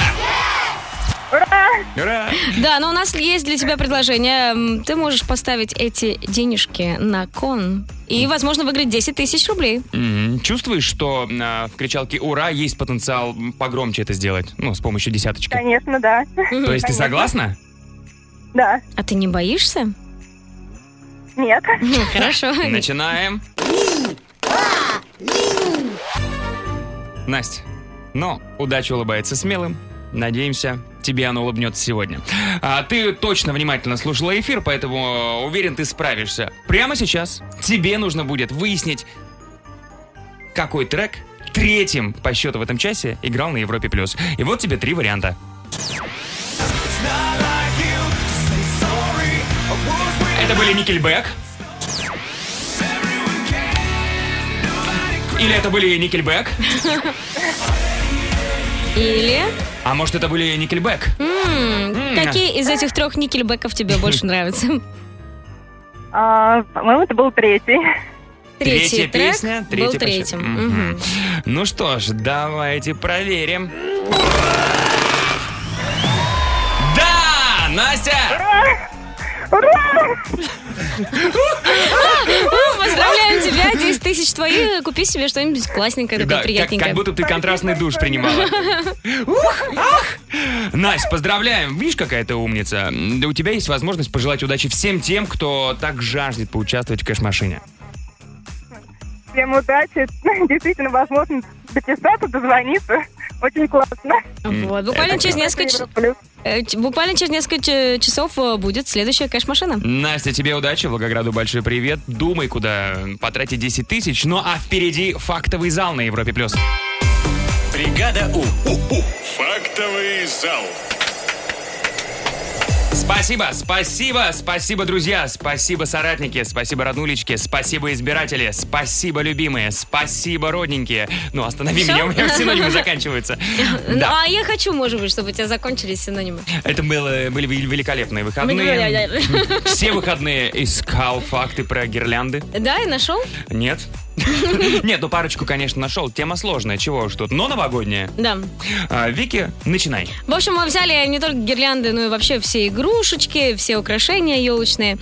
Speaker 2: Ура!
Speaker 3: Да, но у нас есть для тебя предложение. М, Ты можешь поставить эти денежки на кон и, возможно, выиграть 10 тысяч рублей.
Speaker 2: Мгм. Чувствуешь, что э, в кричалке «Ура» есть потенциал м, погромче это сделать? Ну, с помощью десяточки.
Speaker 11: Конечно, да.
Speaker 2: То есть ты согласна?
Speaker 11: Да.
Speaker 3: А ты не боишься?
Speaker 11: Нет.
Speaker 3: Хорошо.
Speaker 2: Начинаем. Настя, но удача улыбается смелым. Надеемся, тебе оно улыбнется сегодня. А, ты точно внимательно слушала эфир, поэтому э, уверен, ты справишься. Прямо сейчас тебе нужно будет выяснить, какой трек третьим по счету в этом часе играл на Европе+. плюс. И вот тебе три варианта. Это были Никельбэк. Или это были Никельбэк.
Speaker 3: Или...
Speaker 2: А может, это были Никельбэк?
Speaker 3: М, Какие из этих трех никельбеков тебе больше нравятся?
Speaker 11: А, по-моему, это был третий.
Speaker 3: Третий трек был
Speaker 2: по счету.
Speaker 3: третьим.
Speaker 2: Мгм. Ну что ж, давайте проверим. Да! Настя!
Speaker 3: А, Поздравляем тебя, 10 тысяч твои. Купи себе что-нибудь классненькое,
Speaker 2: Да,
Speaker 3: такое
Speaker 2: как-
Speaker 3: приятненькое.
Speaker 2: как будто ты контрастный душ принимала. Настя, поздравляем! Видишь, какая ты умница. М, Да у тебя есть возможность пожелать удачи всем тем, кто так жаждет поучаствовать в кэш-машине.
Speaker 11: Всем удачи. Действительно, возможно, дописаться, дозвониться. Очень классно.
Speaker 3: Вот, буквально через несколько ч- э, ч- буквально через несколько ч- часов э, будет следующая кэш-машина.
Speaker 2: Настя, тебе удачи, Волгограду большой привет. Думай, куда потратить 10 тысяч. Ну а впереди фактовый зал на Европе+. плюс. Бригада У.
Speaker 13: Фактовый зал.
Speaker 2: Спасибо, спасибо, спасибо, друзья, спасибо, соратники, спасибо, роднулечки, спасибо, избиратели, спасибо, любимые, спасибо, родненькие. Ну, останови
Speaker 3: Всё?
Speaker 2: меня, у меня синонимы заканчиваются.
Speaker 3: Ну,
Speaker 2: Да.
Speaker 3: а я хочу, может быть, чтобы у тебя закончились синонимы.
Speaker 2: Это было, были великолепные выходные.
Speaker 3: Да,
Speaker 2: Все выходные искал факты про гирлянды.
Speaker 3: и нашел?
Speaker 2: Нет. Нет, ну парочку, конечно, нашел. Тема сложная, чего уж тут. Но новогодняя.
Speaker 3: Да.
Speaker 2: А, Вики, начинай.
Speaker 3: В общем, мы взяли не только гирлянды, но и вообще все игрушечки, все украшения елочные.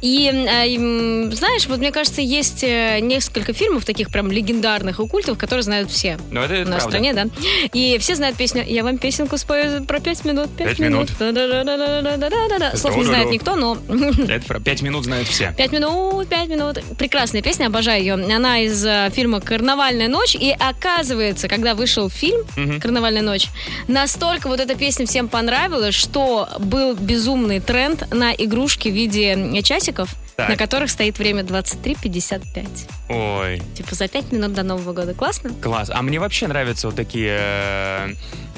Speaker 3: И, э, и, м, знаешь, вот мне кажется, есть э, несколько фильмов таких прям легендарных и культов, которые знают все.
Speaker 2: Ну, это
Speaker 3: У нас в
Speaker 2: правда.
Speaker 3: стране, да. И все знают песню «Я вам песенку спою про пять минут, пять
Speaker 2: Пять
Speaker 3: минут».
Speaker 2: минут.
Speaker 3: Да-да-да-да-да-да-да. Слов не знает
Speaker 2: Да-да-да.
Speaker 3: никто, но
Speaker 2: Это про пять минут знают все.
Speaker 3: Пять минут, пять минут. Прекрасная песня, обожаю ее. Она из э, фильма «Карнавальная ночь». И оказывается, когда вышел фильм
Speaker 2: Мгм.
Speaker 3: «Карнавальная ночь», настолько вот эта песня всем понравилась, что был безумный тренд на игрушки в виде часиков,
Speaker 2: Так.
Speaker 3: на которых стоит время 23.55.
Speaker 2: Ой,
Speaker 3: Типа за пять минут до Нового года. Классно?
Speaker 2: класс. А мне вообще нравятся вот такие э,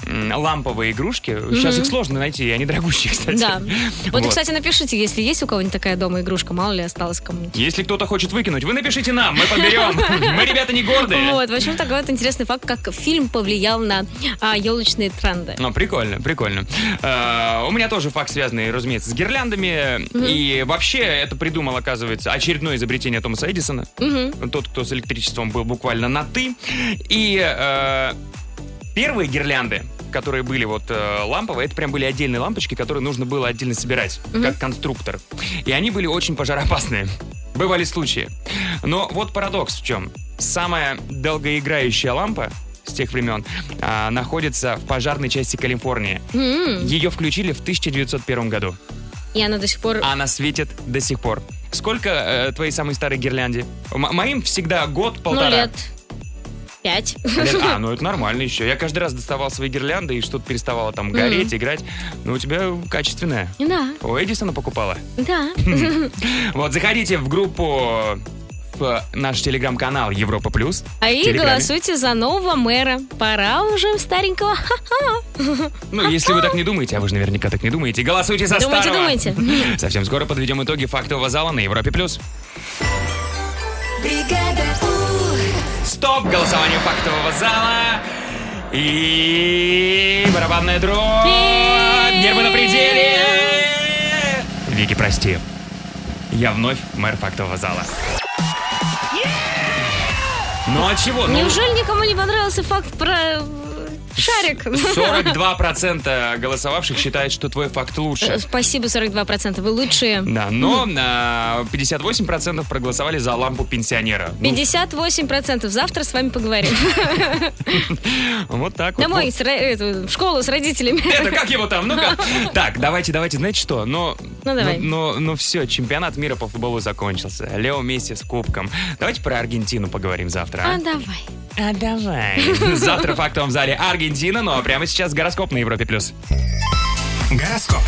Speaker 2: м, ламповые игрушки. Сейчас
Speaker 3: Мгм.
Speaker 2: их сложно найти, и они дорогущие, кстати.
Speaker 3: Да. Вот, и,
Speaker 2: Вот.
Speaker 3: кстати, напишите, если есть у кого-нибудь такая дома игрушка, мало ли осталось кому-нибудь.
Speaker 2: Если кто-то хочет выкинуть, вы напишите нам, мы подберем. Мы, ребята, не гордые.
Speaker 3: Вот, в общем, такой вот интересный факт, как фильм повлиял на а, елочные тренды.
Speaker 2: Ну, прикольно, прикольно. Э, У меня тоже факт, связанный, разумеется, с гирляндами. И вообще это придумал, оказывается, очередное изобретение Томаса Эдисона.
Speaker 3: Мгм.
Speaker 2: Ну, Тот, кто с электричеством был буквально на «ты». И э, первые гирлянды, которые были вот э, ламповые, это прям были отдельные лампочки, которые нужно было отдельно собирать,
Speaker 13: Мгм.
Speaker 2: как конструктор. И они были очень пожароопасные. Бывали случаи. Но вот парадокс в чем. Самая долгоиграющая лампа с тех времен а, находится в пожарной части Калифорнии.
Speaker 3: М.
Speaker 2: Ее включили в 1901 году.
Speaker 3: И она до сих пор...
Speaker 2: А Она светит до сих пор. Сколько э, твоей самой старой гирлянде? М- моим всегда год-полтора.
Speaker 3: Ну, лет пять.
Speaker 2: Лет- А, ну это нормально еще. Я каждый раз доставал свои гирлянды и что-то переставало там гореть, играть. Но у тебя качественная.
Speaker 3: Да,
Speaker 2: У Эдисона покупала.
Speaker 3: да.
Speaker 2: Вот, заходите в группу в наш телеграм-канал Европа Плюс.
Speaker 3: А
Speaker 2: В
Speaker 3: и
Speaker 2: Телеграме.
Speaker 3: голосуйте за нового мэра. Пора уже в старенького. Ха-ха.
Speaker 2: Ну, если вы так не думаете, а вы же наверняка так не думаете, голосуйте за
Speaker 3: Думайте,
Speaker 2: старого.
Speaker 3: думайте.
Speaker 2: Совсем скоро подведем итоги фактового зала на Европе Плюс. Стоп голосованию фактового зала. И барабанная дробь. Нервы на пределе. Вики, прости. Я вновь мэр фактового зала. Ну а чего? Ну,
Speaker 3: Неужели никому не понравился факт про э, шарик?
Speaker 2: 42% голосовавших считает, что твой факт
Speaker 3: Э,
Speaker 2: лучше.
Speaker 3: Спасибо, 42%. Вы лучшие.
Speaker 2: Да, но а, 58% проголосовали за лампу пенсионера. Ну,
Speaker 3: 58%. Завтра с вами поговорим.
Speaker 2: Ну, вот так вот.
Speaker 3: Домой, с ро- эту, в школу с родителями.
Speaker 2: Это как его там? Ну-ка. Так, давайте, давайте, знаете что? Но,
Speaker 3: Ну, давай.
Speaker 2: Но, но, но все, чемпионат мира по футболу закончился. Лео Месси с кубком. Давайте про Аргентину поговорим завтра. а?
Speaker 3: А давай.
Speaker 2: А давай. Завтра в фактовом зале Аргентина, ну а прямо сейчас гороскоп на Европе+. плюс. Гороскоп.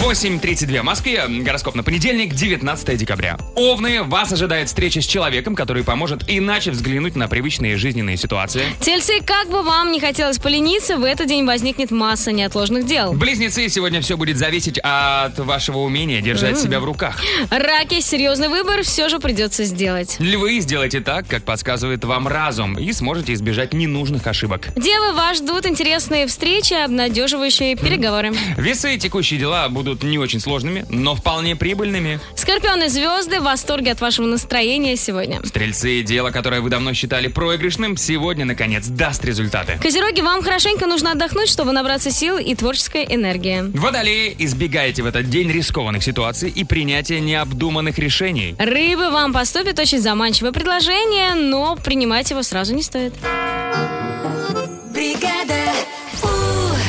Speaker 2: 8.32 в Москве. Гороскоп на понедельник, 19 декабря. Овны, вас ожидает встреча с человеком, который поможет иначе взглянуть на привычные жизненные ситуации.
Speaker 3: Тельцы, как бы вам не хотелось полениться, в этот день возникнет масса неотложных дел.
Speaker 2: Близнецы, сегодня все будет зависеть от вашего умения держать
Speaker 3: М.
Speaker 2: себя в руках.
Speaker 3: Раки, серьезный выбор все же придется сделать.
Speaker 2: Львы, сделайте так, как подсказывает вам разум, и сможете избежать ненужных ошибок.
Speaker 3: Девы, вас ждут интересные встречи, обнадеживающие переговоры.
Speaker 2: Весы текущие дела будут не очень сложными, но вполне прибыльными.
Speaker 3: Скорпионы, звезды в восторге от вашего настроения сегодня.
Speaker 2: Стрельцы, дело, которое вы давно считали проигрышным, сегодня, наконец, даст результаты.
Speaker 3: Козероги, вам хорошенько нужно отдохнуть, чтобы набраться сил и творческой энергии.
Speaker 2: Водолеи, избегайте в этот день рискованных ситуаций и принятия необдуманных решений.
Speaker 3: Рыбы, вам поступит очень заманчивое предложение, но принимать его сразу не стоит.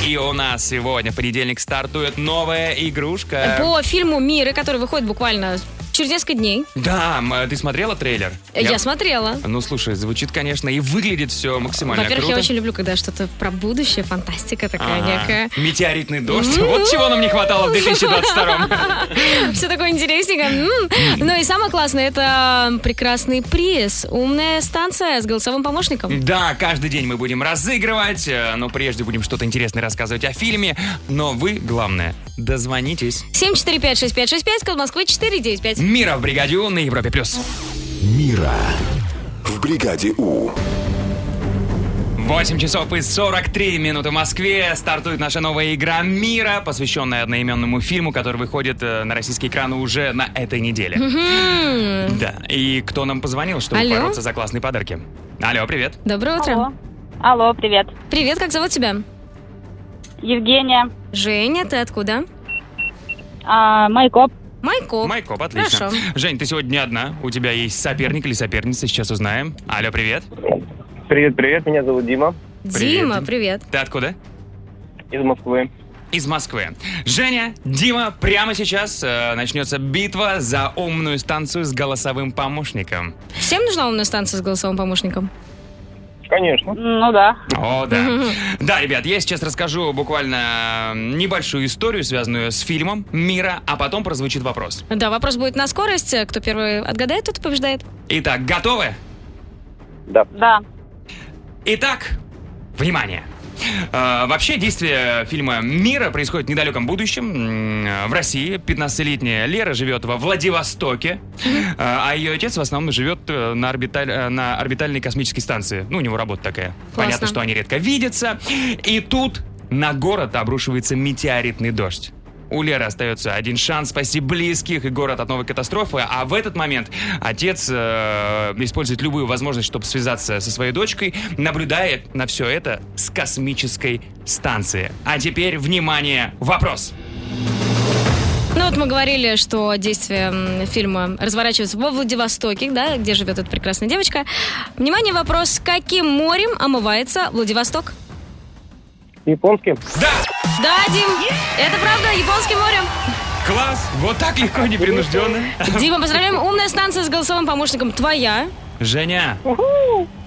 Speaker 2: И у нас сегодня в понедельник стартует новая игрушка.
Speaker 3: Э, По фильму «Миры», который выходит буквально через несколько дней.
Speaker 2: Да, м, э, ты смотрела трейлер?
Speaker 3: Э, Я смотрела.
Speaker 2: Ну, слушай, звучит, конечно, и выглядит все максимально
Speaker 3: Во-первых, я
Speaker 2: круто.
Speaker 3: очень люблю, когда что-то про будущее, фантастика такая
Speaker 2: Ага.
Speaker 3: некая.
Speaker 2: Метеоритный дождь.
Speaker 3: М-м-м.
Speaker 2: Вот чего нам не хватало в 2022
Speaker 3: Все такое интересненько. М. Ну и самое классное, это прекрасный приз. Умная станция с голосовым помощником.
Speaker 2: Да, каждый день мы будем разыгрывать, э, но прежде будем что-то интересное рассказывать о фильме. Но вы, главное, дозвонитесь.
Speaker 3: 7456565, код Москвы 495.
Speaker 2: Мира в бригаде У на Европе плюс.
Speaker 12: Мира в бригаде У.
Speaker 2: 8 часов и 43 минуты в Москве. Стартует наша новая игра «Мира», посвященная одноименному фильму, который выходит э, на российские экраны уже на этой неделе.
Speaker 3: Мгм.
Speaker 2: Да, и кто нам позвонил, чтобы
Speaker 3: Алло?
Speaker 2: бороться за классные подарки? Алло, привет.
Speaker 3: Доброе утро. Алло.
Speaker 13: привет.
Speaker 3: Привет, как зовут тебя?
Speaker 13: Евгения.
Speaker 3: Женя, ты откуда?
Speaker 13: а, Майкоп.
Speaker 3: Майкоп.
Speaker 2: Майкоп, отлично.
Speaker 3: Хорошо.
Speaker 2: Жень, ты сегодня одна. У тебя есть соперник или соперница, сейчас узнаем. Алло, привет.
Speaker 8: Привет, привет, меня зовут Дима.
Speaker 3: Дима, привет.
Speaker 2: Ты откуда?
Speaker 8: Из Москвы.
Speaker 2: Из Москвы. Женя, Дима, прямо сейчас э, начнется битва за умную станцию с голосовым помощником.
Speaker 3: Всем нужна умная станция с голосовым помощником?
Speaker 8: Конечно.
Speaker 13: Ну да.
Speaker 2: О, да. Да, ребят, я сейчас расскажу буквально небольшую историю, связанную с фильмом «Мира», а потом прозвучит вопрос.
Speaker 3: Да, вопрос будет на скорость. Кто первый отгадает, тот и побеждает.
Speaker 2: Итак, готовы?
Speaker 8: Да.
Speaker 13: Да.
Speaker 2: Итак, внимание. Э, Вообще действие фильма «Мира» происходит в недалеком будущем. М, э, В России 15-летняя Лера живет во Владивостоке, э, а ее отец в основном живет э, на, орбиталь- э, на орбитальной космической станции. Ну, у него работа такая.
Speaker 14: Классно.
Speaker 2: Понятно, что они редко видятся. И тут на город обрушивается метеоритный дождь. У Леры остается один шанс спасти близких и город от новой катастрофы, а в этот момент отец э, использует любую возможность, чтобы связаться со своей дочкой, наблюдая на все это с космической станции. А теперь, внимание, вопрос.
Speaker 3: Ну вот мы говорили, что действие м, фильма разворачивается во Владивостоке, да, где живет эта прекрасная девочка. Внимание, вопрос, каким морем омывается Владивосток?
Speaker 8: Японским?
Speaker 3: Да, Дим, это правда, Японским морем.
Speaker 2: Класс! Вот так легко, непринужденно.
Speaker 3: Дима, поздравляем, умная станция с голосовым помощником твоя.
Speaker 2: Женя,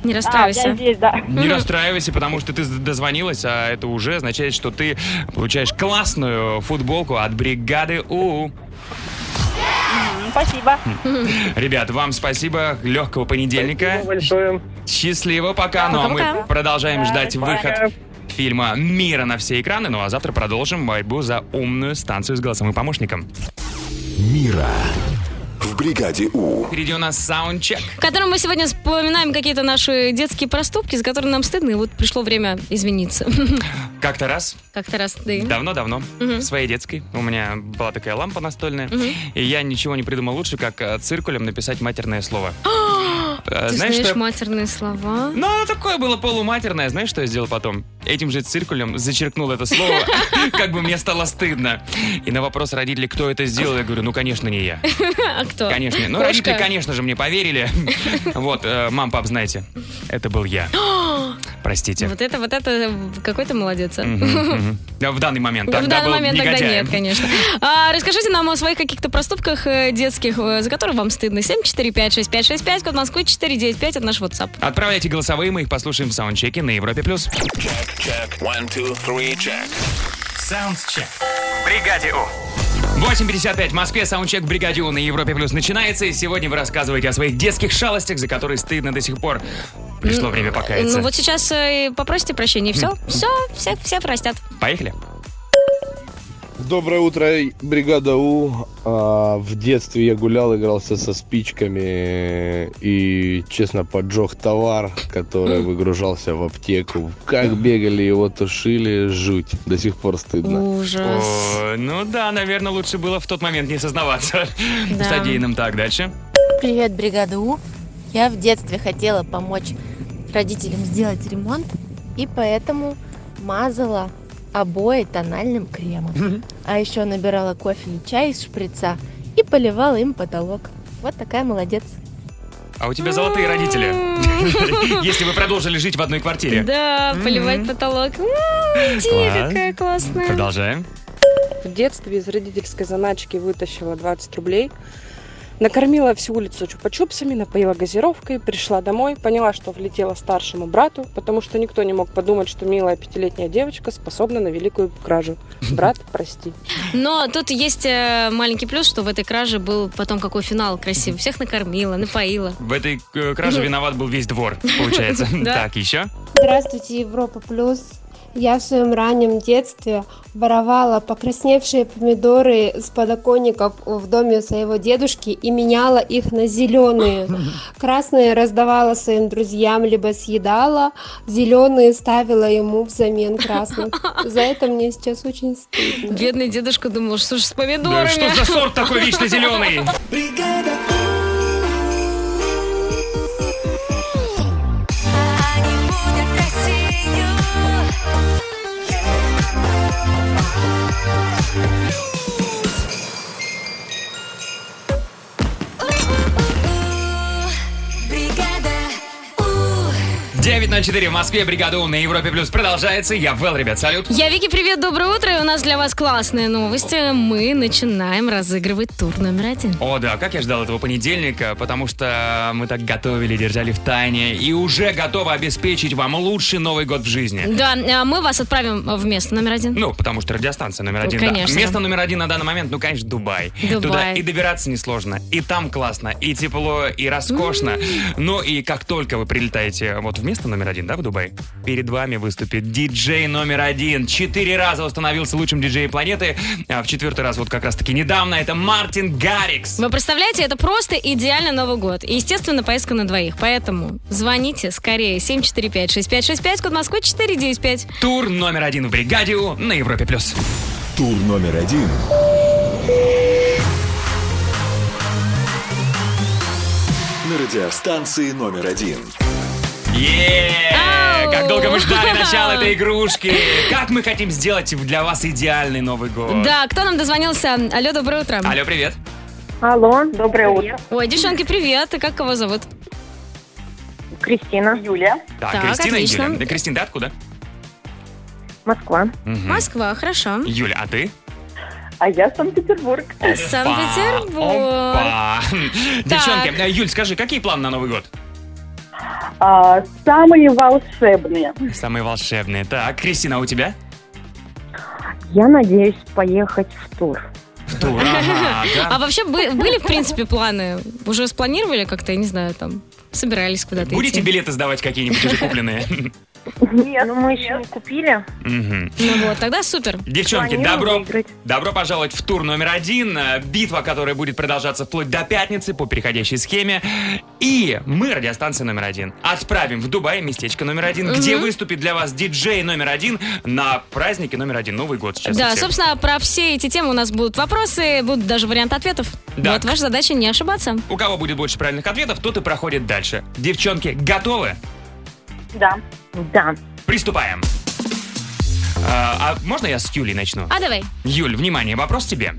Speaker 3: Не расстраивайся.
Speaker 13: А, я здесь, да.
Speaker 2: Не расстраивайся, потому что ты дозвонилась, а это уже означает, что ты получаешь классную футболку от бригады У. Хм.
Speaker 13: М, Спасибо.
Speaker 2: Ребят, вам спасибо, легкого понедельника. Счастливо, пока. Ну а мы
Speaker 13: Пока-пока.
Speaker 2: продолжаем
Speaker 13: Да,
Speaker 2: ждать
Speaker 13: пока.
Speaker 2: выход фильма «Мира» на все экраны. Ну а завтра продолжим борьбу за умную станцию с голосовым помощником.
Speaker 12: Мира в бригаде У.
Speaker 2: Впереди у нас саундчек.
Speaker 3: В котором мы сегодня вспоминаем какие-то наши детские проступки, за которые нам стыдно, и вот пришло время извиниться.
Speaker 2: Как-то раз,
Speaker 3: Как-то раз ты.
Speaker 2: давно-давно,
Speaker 3: Мгм.
Speaker 2: в своей детской, у меня была такая лампа настольная,
Speaker 3: Мгм.
Speaker 2: и я ничего не придумал лучше, как э, циркулем написать матерное слово. Э,
Speaker 3: Ты
Speaker 2: знаешь,
Speaker 3: знаешь
Speaker 2: что-
Speaker 3: матерные слова?
Speaker 2: Ну, оно такое было полуматерное. Знаешь, что я сделал потом? Этим же циркулем зачеркнул это слово, как бы мне стало стыдно. И на вопрос родителей, кто это сделал, я говорю, ну, конечно, не я.
Speaker 3: А кто?
Speaker 2: Конечно. Ну,
Speaker 3: Кошка?
Speaker 2: родители, конечно же, мне поверили. Вот, э, мам, пап, знаете, это был я. Простите.
Speaker 3: Вот это, вот это, какой ты молодец. а.
Speaker 2: Мгм, мгм. Да, В данный момент.
Speaker 3: Да, в
Speaker 2: Тогда
Speaker 3: данный
Speaker 2: был
Speaker 3: момент тогда
Speaker 2: негодяем.
Speaker 3: нет, конечно. А, расскажите нам о своих каких-то проступках э, детских, э, за которые вам стыдно. 7456565, код Москвы 495 от нашего WhatsApp.
Speaker 2: Отправляйте голосовые, мы их послушаем в саундчеке на Европе+. плюс.
Speaker 12: Check, one, two, three, check.
Speaker 2: Саундчек.
Speaker 7: Бригаде У.
Speaker 2: 8.55 в Москве, саундчек в бригаде У на Европе Плюс начинается, и сегодня вы рассказываете о своих детских шалостях, за которые стыдно до сих пор. Пришло время покаяться.
Speaker 3: Ну вот сейчас э, и попросите прощения, и все,
Speaker 2: Мгм.
Speaker 3: все, все, все простят.
Speaker 2: Поехали.
Speaker 15: Доброе утро, бригада У. А, в детстве я гулял, игрался со спичками и, честно, поджег товар, который выгружался в аптеку. Как бегали, его тушили, жуть. До сих пор стыдно.
Speaker 2: О, ну да, наверное, лучше было в тот момент не сознаваться в
Speaker 16: Да.
Speaker 2: содеянном. Так, дальше.
Speaker 16: Привет, бригада У. Я в детстве хотела помочь родителям сделать ремонт, и поэтому мазала обои тональным кремом. А еще набирала кофе и чай из шприца и поливала им потолок. Вот такая молодец.
Speaker 2: А у
Speaker 3: Ну.
Speaker 2: тебя золотые родители. Если вы продолжили жить в одной квартире.
Speaker 3: Да,
Speaker 2: Мгм.
Speaker 3: поливать потолок. М, Идея
Speaker 2: Класс.
Speaker 3: какая классная.
Speaker 2: Продолжаем.
Speaker 17: В детстве из родительской заначки вытащила 20 рублей,
Speaker 14: Накормила всю улицу чупа-чупсами, напоила газировкой, пришла домой, поняла, что влетела старшему брату, потому что никто не мог подумать, что милая пятилетняя девочка способна на великую кражу. Брат, прости.
Speaker 3: Но тут есть э, маленький плюс, что в этой краже был потом какой финал красивый. Всех накормила, напоила.
Speaker 2: В этой э, краже
Speaker 3: Мгм.
Speaker 2: виноват был весь двор, получается.
Speaker 3: Да.
Speaker 2: Так, еще?
Speaker 17: Здравствуйте, Европа Плюс. Я в своем раннем детстве воровала покрасневшие помидоры с подоконников в доме своего дедушки и меняла их на зеленые. Красные раздавала своим друзьям, либо съедала, зеленые ставила ему взамен красных. За это мне сейчас очень стыдно.
Speaker 3: Бедный дедушка думал, что ж с
Speaker 2: Да
Speaker 3: помидорами.
Speaker 2: Что за сорт такой вечно зеленый?
Speaker 5: Бригада У.
Speaker 2: 9.04 в Москве, бригада У на Европе Плюс продолжается. Я Вэл, ребят, салют.
Speaker 3: Я Вики, привет, доброе утро, и у нас для вас классные новости. Мы начинаем разыгрывать тур номер один.
Speaker 2: О, да, как я ждал этого понедельника, потому что мы так готовили, держали в тайне и уже готовы обеспечить вам лучший Новый год в жизни.
Speaker 3: Да, а мы вас отправим в место номер один.
Speaker 2: Ну, потому что радиостанция номер
Speaker 3: Ну,
Speaker 2: один. да.
Speaker 3: конечно.
Speaker 2: Место номер один на данный момент, ну, конечно, Дубай.
Speaker 3: Дубай.
Speaker 2: Туда и добираться несложно, и там классно, и тепло, и роскошно. Ну и как только вы прилетаете вот в место номер один, да, в Дубай, перед вами выступит диджей номер один. Четыре раза установился лучшим диджеем планеты, а в четвертый раз вот как раз-таки недавно это Мартин Гаррикс.
Speaker 3: Вы представляете, это просто идеально Новый год. И, естественно, поездка на двоих. Поэтому звоните скорее 745-6565, код Москвы 495.
Speaker 2: Тур номер один в бригаде У на Европе плюс.
Speaker 12: Тур номер один. На радиостанции номер один.
Speaker 2: Е-е-е! Как долго мы ждали
Speaker 3: Ау!
Speaker 2: начала этой игрушки. Как мы хотим сделать для вас идеальный Новый год.
Speaker 3: Да, кто нам дозвонился? Алло, доброе утро.
Speaker 2: Алло, привет.
Speaker 11: Алло, доброе утро.
Speaker 3: Ой, девчонки, привет. И Как кого зовут?
Speaker 11: Кристина. Юлия.
Speaker 2: Так,
Speaker 3: Так,
Speaker 2: Кристина и
Speaker 3: отлично.
Speaker 2: Юля. Да, Кристина, ты откуда?
Speaker 11: Москва.
Speaker 2: Мгм.
Speaker 3: Москва, хорошо.
Speaker 2: Юля, а ты?
Speaker 11: А я Санкт-Петербург.
Speaker 2: Опа,
Speaker 3: Санкт-Петербург.
Speaker 2: опа. Девчонки, э, Юль, скажи, какие планы на Новый год?
Speaker 11: А, самые волшебные.
Speaker 2: Самые волшебные. Так, Кристина, а у тебя?
Speaker 11: Я надеюсь поехать в тур.
Speaker 2: В тур. Ага,
Speaker 3: А
Speaker 2: да.
Speaker 3: вообще бы- были, в принципе, планы? Уже спланировали как-то, я не знаю, там, собирались куда-то
Speaker 2: Будете
Speaker 3: идти?
Speaker 2: билеты сдавать какие-нибудь уже купленные?
Speaker 11: Нет, ну мы еще не купили.
Speaker 2: Мгм.
Speaker 3: Ну вот, тогда супер.
Speaker 2: Девчонки,
Speaker 3: Планирую
Speaker 2: добро, добро пожаловать в тур номер один. Э, Битва, которая будет продолжаться вплоть до пятницы по переходящей схеме. И мы, радиостанция номер один, отправим в Дубай местечко номер один, где
Speaker 3: Мгм.
Speaker 2: выступит для вас диджей номер один на празднике номер один. Новый год сейчас. у
Speaker 3: Да,
Speaker 2: всех.
Speaker 3: собственно, про все эти темы у нас будут вопросы, будут даже варианты ответов.
Speaker 2: Да.
Speaker 3: Вот ваша задача не ошибаться.
Speaker 2: У кого будет больше правильных ответов, тот и проходит дальше. Девчонки, готовы?
Speaker 11: Да. Да.
Speaker 2: Приступаем. А, а можно я с Юлей начну?
Speaker 3: А давай.
Speaker 2: Юль, внимание, вопрос тебе.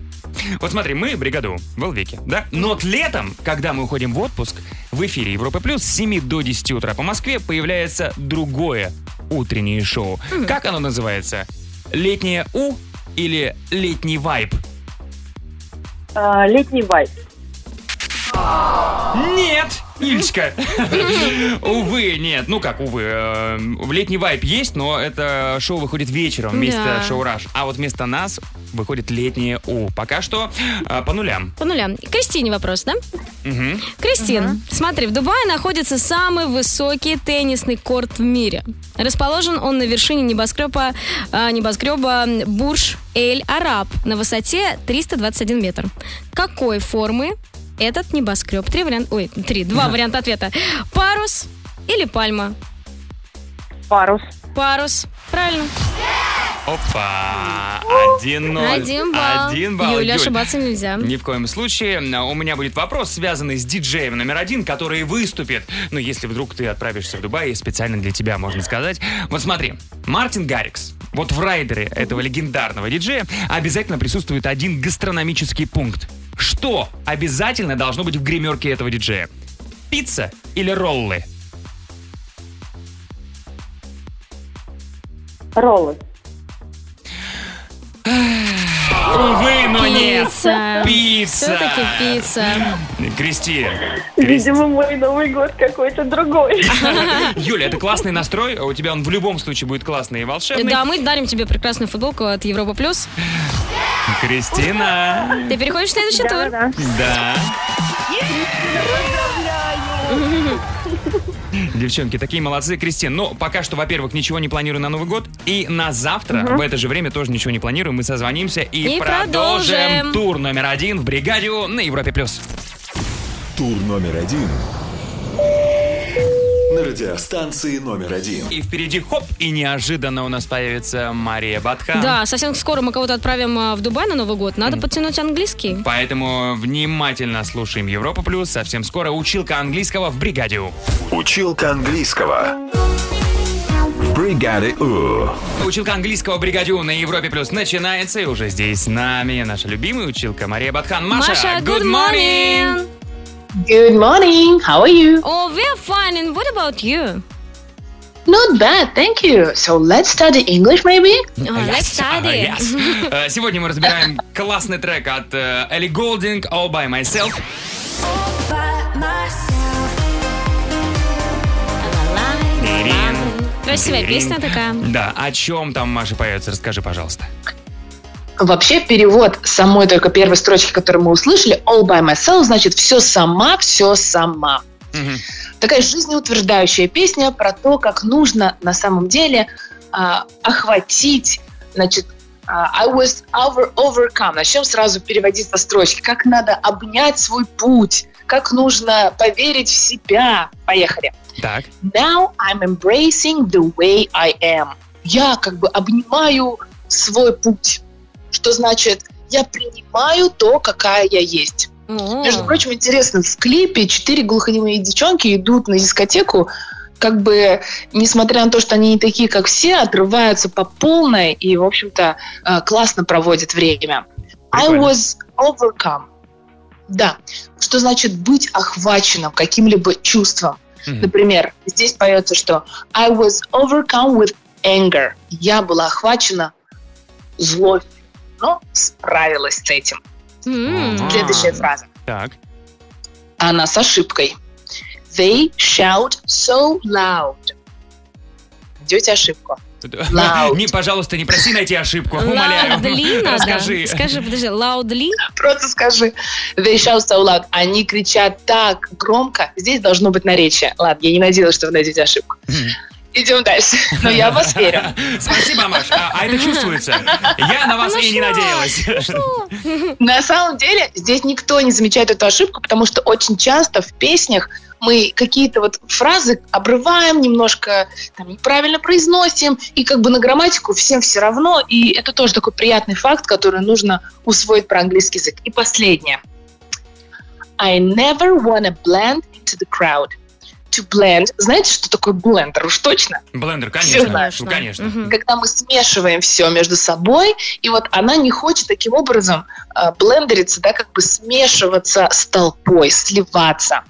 Speaker 2: Вот смотри, мы бригаду в Элвике, да? Но вот летом, когда мы уходим в отпуск, в эфире Европы Плюс с 7 до 10 утра по Москве появляется другое утреннее шоу. Как оно называется? Летнее У или летний вайб?
Speaker 11: А, летний вайп.
Speaker 2: Нет, Ильчка. Увы, нет. Ну как, увы. э, Летний вайп есть, но это шоу выходит вечером вместо
Speaker 3: Да.
Speaker 2: шоу «Раш». А вот вместо нас выходит летнее У. Пока что э, по нулям.
Speaker 3: По нулям. Кристине вопрос, да?
Speaker 2: Мгм.
Speaker 3: Кристин, смотри, в Дубае находится самый высокий теннисный корт в мире. Расположен он на вершине небоскреба, а, небоскреба Бурж Эль Араб на высоте 321 метр. Какой формы этот небоскреб? Три варианта, ой, три, два варианта ответа. Парус или пальма?
Speaker 11: Парус.
Speaker 3: Парус. Правильно.
Speaker 2: Опа! Один ноль.
Speaker 3: Один балл.
Speaker 2: Один балл.
Speaker 3: Юля,
Speaker 2: Юль.
Speaker 3: ошибаться нельзя.
Speaker 2: Ни в коем случае. А, У меня будет вопрос, связанный с диджеем номер один, который выступит. Ну, если вдруг ты отправишься в Дубай, специально для тебя, можно сказать. Вот смотри, Мартин Гаррикс. Вот в райдере этого легендарного диджея обязательно присутствует один гастрономический пункт. Что обязательно должно быть в гримерке этого диджея? Пицца или роллы?
Speaker 11: Роллы.
Speaker 2: Увы, но нет.
Speaker 3: Пицца.
Speaker 2: Пицца.
Speaker 3: Все-таки пицца.
Speaker 2: Кристи.
Speaker 18: Видимо, мой Новый год какой-то другой.
Speaker 2: Юля, это классный настрой. А У тебя он в любом случае будет классный и волшебный.
Speaker 3: Да, мы дарим тебе прекрасную футболку от Европа Плюс.
Speaker 2: Кристина.
Speaker 3: Ты переходишь в следующий тур.
Speaker 2: Да. Девчонки, такие молодцы. Кристин, ну, пока что, во-первых, ничего не планирую на Новый год. И на завтра
Speaker 3: Мгм.
Speaker 2: в это же время тоже ничего не планирую. Мы созвонимся и,
Speaker 3: И
Speaker 2: продолжим.
Speaker 3: продолжим.
Speaker 2: тур номер один в бригаде У на Европе плюс.
Speaker 12: Тур номер один. На радиостанции номер один.
Speaker 2: И впереди хоп, и неожиданно у нас появится Мария Батхан.
Speaker 3: Да, совсем скоро мы кого-то отправим а, в Дубай на Новый год. Надо подтянуть английский.
Speaker 2: Поэтому внимательно слушаем Европа плюс. Совсем скоро училка английского в бригаде У.
Speaker 12: Училка английского. В бригаде У.
Speaker 2: Училка английского в бригаде У на Европе плюс начинается и уже здесь с нами наша любимая училка Мария Батхан. Маша, good morning.
Speaker 19: Good morning. How are you?
Speaker 3: Oh, we're fine. And what about you?
Speaker 19: Not bad, thank you. So let's study English, maybe?
Speaker 2: Ну,
Speaker 3: let's study.
Speaker 2: Yes, yes. Э, Сегодня мы разбираем классный трек от э, Элли Голдинг All By Myself. Тирин,
Speaker 3: Красивая
Speaker 2: тирин.
Speaker 3: песня такая.
Speaker 2: Да, о чем там Маша поется, расскажи, пожалуйста.
Speaker 19: Вообще перевод самой только первой строчки, которую мы услышали, all by myself, значит все сама, все сама. Такая жизнеутверждающая песня про то, как нужно на самом деле а, охватить, значит, а, I was over, overcome. Начнем сразу переводить по строчке. Как надо обнять свой путь, как нужно поверить в себя. Поехали.
Speaker 2: Так.
Speaker 19: Now I'm embracing the way I am. Я как бы обнимаю свой путь. Что значит, я принимаю то, какая я есть. Между прочим, интересно, в клипе четыре глухонемые девчонки идут на дискотеку, как бы, несмотря на то, что они не такие, как все, отрываются по полной и, в общем-то, э, классно проводят время. I was overcome. Да. Что значит быть охваченным каким-либо чувством? Например, здесь поется, что I was overcome with anger. Я была охвачена злостью, но справилась с этим. Следующая фраза.
Speaker 2: Так.
Speaker 19: Она с ошибкой. They shout so loud. Идете ошибку. Loud.
Speaker 2: Не, пожалуйста, не проси найти ошибку, умоляю.
Speaker 3: Лаудли надо.
Speaker 2: Расскажи.
Speaker 3: Скажи, подожди, лаудли?
Speaker 19: Просто скажи. They shout so loud. Они кричат так громко. Здесь должно быть наречие. Ладно, я не надеялась, что вы найдете ошибку. Идем дальше. Но я в вас верю.
Speaker 2: Спасибо, Маш. А, а это чувствуется. Я на вас
Speaker 19: Ну
Speaker 2: и не
Speaker 19: что?
Speaker 2: надеялась.
Speaker 19: На самом деле здесь никто не замечает эту ошибку, потому что очень часто в песнях мы какие-то вот фразы обрываем, немножко там, неправильно произносим, и как бы на грамматику всем все равно, и это тоже такой приятный факт, который нужно усвоить про английский язык. И последнее. I never wanna blend into the crowd. To blend. Знаете, что такое блендер? Уж точно.
Speaker 2: Блендер,
Speaker 19: Всё
Speaker 2: конечно.
Speaker 19: знаешь.
Speaker 2: Ну, Конечно.
Speaker 19: Когда мы смешиваем все между собой, и вот она не хочет таким образом э, блендериться, да, как бы смешиваться с толпой, сливаться,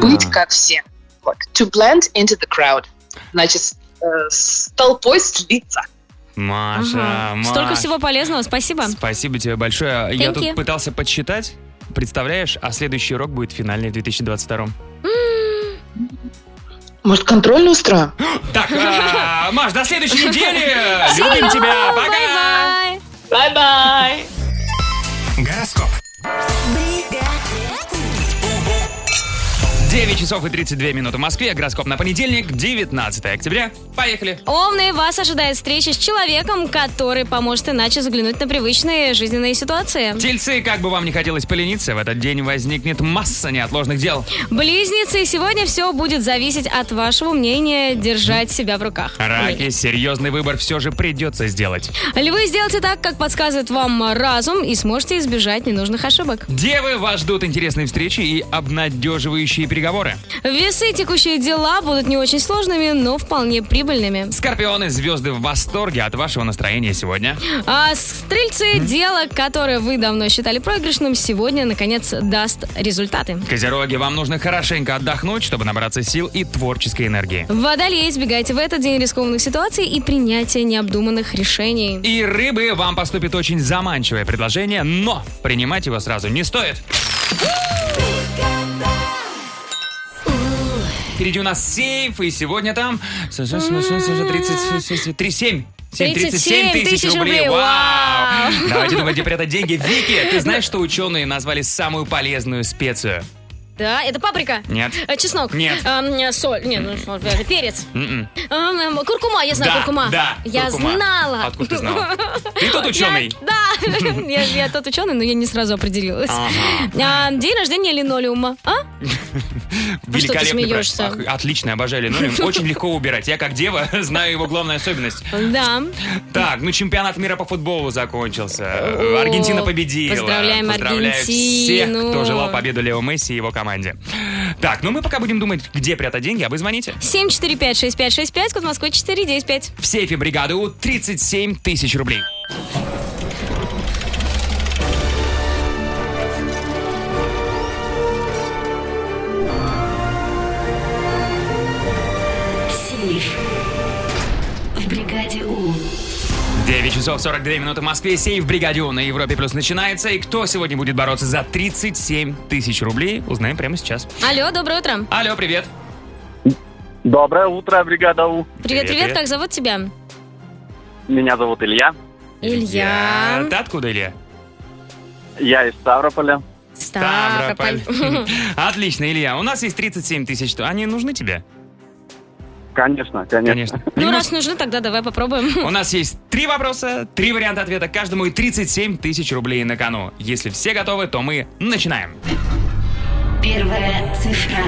Speaker 19: быть как все. Вот. To blend into the crowd. Значит, с- э, с толпой слиться.
Speaker 2: Маша, Маш.
Speaker 3: Столько всего полезного, спасибо.
Speaker 2: Спасибо тебе большое. Я
Speaker 3: Thank
Speaker 2: тут
Speaker 3: you.
Speaker 2: пытался подсчитать. Представляешь, а следующий рок будет финальный в 2022.
Speaker 19: Может, контрольную устроим?
Speaker 2: Так, а, Маш, до следующей недели. Любим
Speaker 19: See you.
Speaker 2: тебя. Пока.
Speaker 19: Bye-bye.
Speaker 2: Гороскоп. 9 часов и 32 минуты в Москве. Гороскоп на понедельник, 19 октября. Поехали.
Speaker 3: Овны, вас ожидает встреча с человеком, который поможет иначе взглянуть на привычные жизненные ситуации.
Speaker 2: Тельцы, как бы вам не хотелось полениться, в этот день возникнет масса неотложных дел.
Speaker 3: Близнецы, сегодня все будет зависеть от вашего мнения держать себя в руках.
Speaker 2: Раки, серьезный выбор все же придется сделать.
Speaker 3: Львы, сделайте так, как подсказывает вам разум, и сможете избежать ненужных ошибок.
Speaker 2: Девы вас ждут интересные встречи и обнадеживающие переговоры.
Speaker 3: Весы и текущие дела будут не очень сложными, но вполне прибыльными.
Speaker 2: Скорпионы, звезды в восторге от вашего настроения сегодня.
Speaker 3: А стрельцы, дело, которое вы давно считали проигрышным, сегодня, наконец, даст результаты.
Speaker 2: Козероги, вам нужно хорошенько отдохнуть, чтобы набраться сил и творческой энергии.
Speaker 3: Водолеи, избегайте в этот день рискованных ситуаций и принятия необдуманных решений.
Speaker 2: И рыбы, вам поступит очень заманчивое предложение, но принимать его сразу не стоит. Впереди у нас сейф, и сегодня там 37 737 тысяч рублей. Вау! Ну, Давайте думать, где прятать деньги. Вики, ты знаешь, что ученые назвали самую полезную специю?
Speaker 3: Да, это паприка.
Speaker 2: Нет.
Speaker 3: Э, Чеснок.
Speaker 2: Нет.
Speaker 3: Эм, э, Соль. Нет, ну, что, э, перец.
Speaker 2: М-м.
Speaker 3: Эм, эм, Куркума, я знаю
Speaker 2: Да,
Speaker 3: куркума.
Speaker 2: да,
Speaker 3: Я
Speaker 2: куркума.
Speaker 3: знала.
Speaker 2: Откуда ты знала? Ты тот ученый.
Speaker 3: Я- да, я, я тот ученый, но я не сразу определилась. А, день рождения линолеума. А?
Speaker 2: Ну
Speaker 3: ты
Speaker 2: Великолепный проект.
Speaker 3: смеешься?
Speaker 2: Ах, Отлично, обожаю линолеум. Очень легко убирать. Я как дева знаю его главную особенность.
Speaker 3: Да.
Speaker 2: Так, ну чемпионат мира по футболу закончился.
Speaker 3: О,
Speaker 2: Аргентина победила.
Speaker 3: поздравляем
Speaker 2: Поздравляю
Speaker 3: Аргентину.
Speaker 2: всех, кто желал победу Лео Месси и его команде. Так, ну мы пока будем думать, где прятать деньги, а вы звоните.
Speaker 3: 745-6565, код Москвы 495.
Speaker 2: В сейфе бригады У 37 тысяч рублей.
Speaker 20: Сейф. В бригаде У.
Speaker 2: 9 часов 42 минуты в Москве. Сейф бригаде У на Европе Плюс начинается. И кто сегодня будет бороться за 37 тысяч рублей, узнаем прямо сейчас.
Speaker 3: Алло, доброе утро.
Speaker 2: Алло, привет.
Speaker 8: Доброе утро, бригада У.
Speaker 3: Привет, привет, как зовут тебя?
Speaker 8: Меня зовут Илья.
Speaker 3: Илья.
Speaker 2: Ты откуда, Илья?
Speaker 8: Я из Ставрополя.
Speaker 3: Ставрополь.
Speaker 2: Отлично, Илья. У нас есть 37 тысяч. Они нужны тебе?
Speaker 8: Конечно, конечно.
Speaker 3: Ну, раз нужны, тогда давай попробуем.
Speaker 2: У нас есть три вопроса, три варианта ответа каждому и 37 тысяч рублей на кону. Если все готовы, то мы начинаем.
Speaker 20: Первая цифра.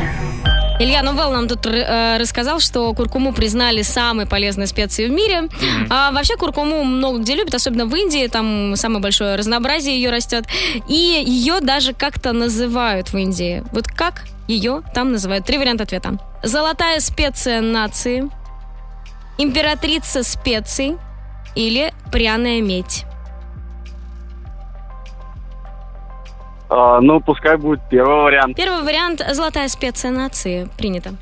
Speaker 3: Илья Новелл нам тут э, рассказал, что куркуму признали самой полезной специей в мире. А вообще куркуму много где любят, особенно в Индии, там самое большое разнообразие ее растет. И ее даже как-то называют в Индии. Вот как ее там называют? Три варианта ответа. Золотая специя нации, императрица специй или пряная медь.
Speaker 8: А, ну, пускай будет первый вариант.
Speaker 3: Первый вариант – золотая специя нации. Принято.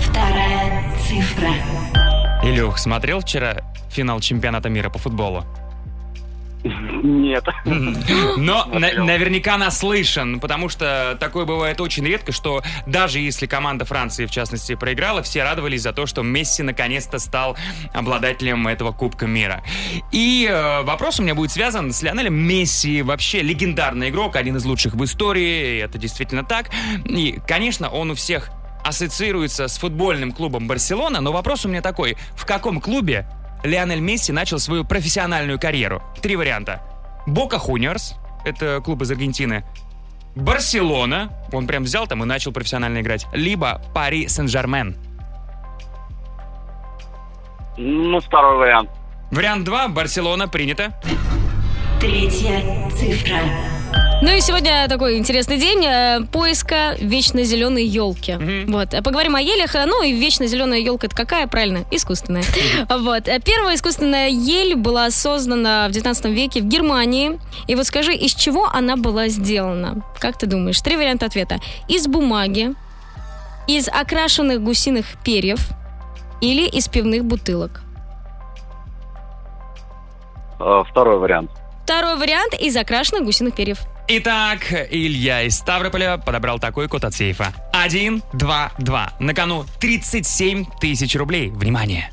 Speaker 20: Вторая цифра.
Speaker 2: Илюх, смотрел вчера финал чемпионата мира по футболу?
Speaker 8: Нет.
Speaker 2: Но на- наверняка наслышан, потому что такое бывает очень редко, что даже если команда Франции, в частности, проиграла, все радовались за то, что Месси наконец-то стал обладателем этого Кубка мира. И э, вопрос у меня будет связан с Лионелем Месси, вообще легендарный игрок, один из лучших в истории, и это действительно так. И, конечно, он у всех ассоциируется с футбольным клубом Барселона, но вопрос у меня такой, в каком клубе Лионель Месси начал свою профессиональную карьеру? Три варианта. Бока Хуниорс, это клуб из Аргентины. Барселона, он прям взял там и начал профессионально играть. Либо Пари Сен-Жермен.
Speaker 8: Ну, второй вариант.
Speaker 2: Вариант 2, Барселона, принято.
Speaker 20: Третья цифра.
Speaker 3: Ну и сегодня такой интересный день э, поиска вечно зеленой елки. Вот. Э, Поговорим о елях. Э, Ну и вечно зеленая елка это какая, правильно? Искусственная. Вот. Э, Первая искусственная ель была создана в 19 веке в Германии. И вот скажи, из чего она была сделана? Как ты думаешь? Три варианта ответа. Из бумаги, из окрашенных гусиных перьев или из пивных бутылок.
Speaker 8: А, Второй вариант.
Speaker 3: Второй вариант из окрашенных гусиных перьев.
Speaker 2: Итак, Илья из Ставрополя подобрал такой код от сейфа. 1, 2, 2. На кону 37 тысяч рублей. Внимание!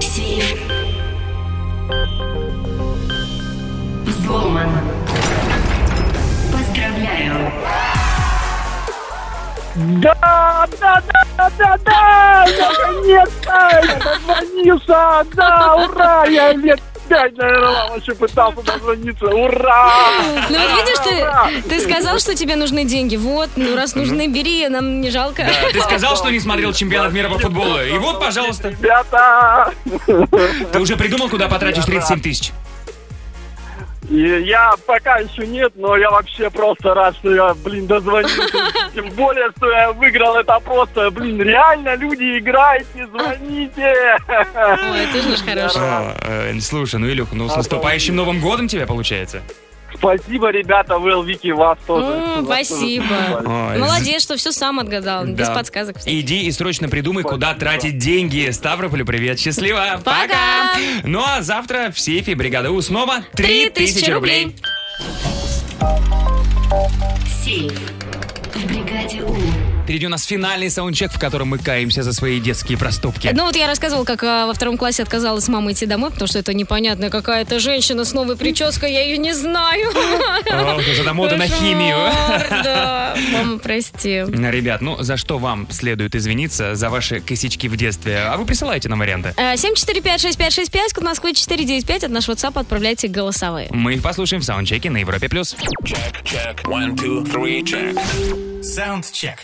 Speaker 20: Сейф. Взломан. Поздравляю.
Speaker 6: Да, да, да, да, да, наконец-то, я дозвонился, да, ура, я
Speaker 19: опять, наверное, вообще пытался дозвониться. Ура!
Speaker 3: Ну вот видишь, ты, ты сказал, что тебе нужны деньги. Вот, ну раз нужны, бери, нам не жалко.
Speaker 2: Да, Э, ты сказал, что не смотрел чемпионат мира по футболу. И вот, пожалуйста.
Speaker 19: Ребята!
Speaker 2: Ты уже придумал, куда потратишь 37 тысяч?
Speaker 19: И я пока еще нет, но я вообще просто рад, что я, блин, дозвонился. Тем более, что я выиграл это просто, блин, реально, люди, играйте, звоните.
Speaker 3: Ой, ты же хороший.
Speaker 2: А, э, Слушай, ну, Илюха, ну с наступающим Новым годом тебя получается.
Speaker 19: Спасибо, ребята, Вэл, Вики, вас тоже.
Speaker 3: М,
Speaker 19: Вас тоже
Speaker 3: Ну, Спасибо.
Speaker 2: Ой,
Speaker 3: Молодец, что все сам отгадал, без
Speaker 2: Да.
Speaker 3: подсказок. всё.
Speaker 2: Иди и срочно придумай, куда тратить деньги. Ставрополю привет, счастливо.
Speaker 3: Пока.
Speaker 2: Ну а завтра в сейфе бригада У снова
Speaker 21: 3000
Speaker 2: 3000 рублей.
Speaker 21: Сейф. В бригаде У.
Speaker 2: Впереди у нас финальный саундчек, в котором мы каемся за свои детские проступки.
Speaker 3: Ну вот я рассказывала, как а, во втором классе отказалась мама идти домой, потому что это непонятная какая-то женщина с новой прической, я ее не знаю.
Speaker 2: Ох, уже до А, мода на химию.
Speaker 3: Кошмар, да. Мама, прости.
Speaker 2: Ребят, ну за что вам следует извиниться? За ваши косячки в детстве. А вы присылайте нам варианты.
Speaker 3: Э, 7456565, код Москвы 495, от нашего WhatsApp отправляйте голосовые.
Speaker 2: Мы их послушаем в саундчеке на Европе+. плюс.
Speaker 22: Саундчек.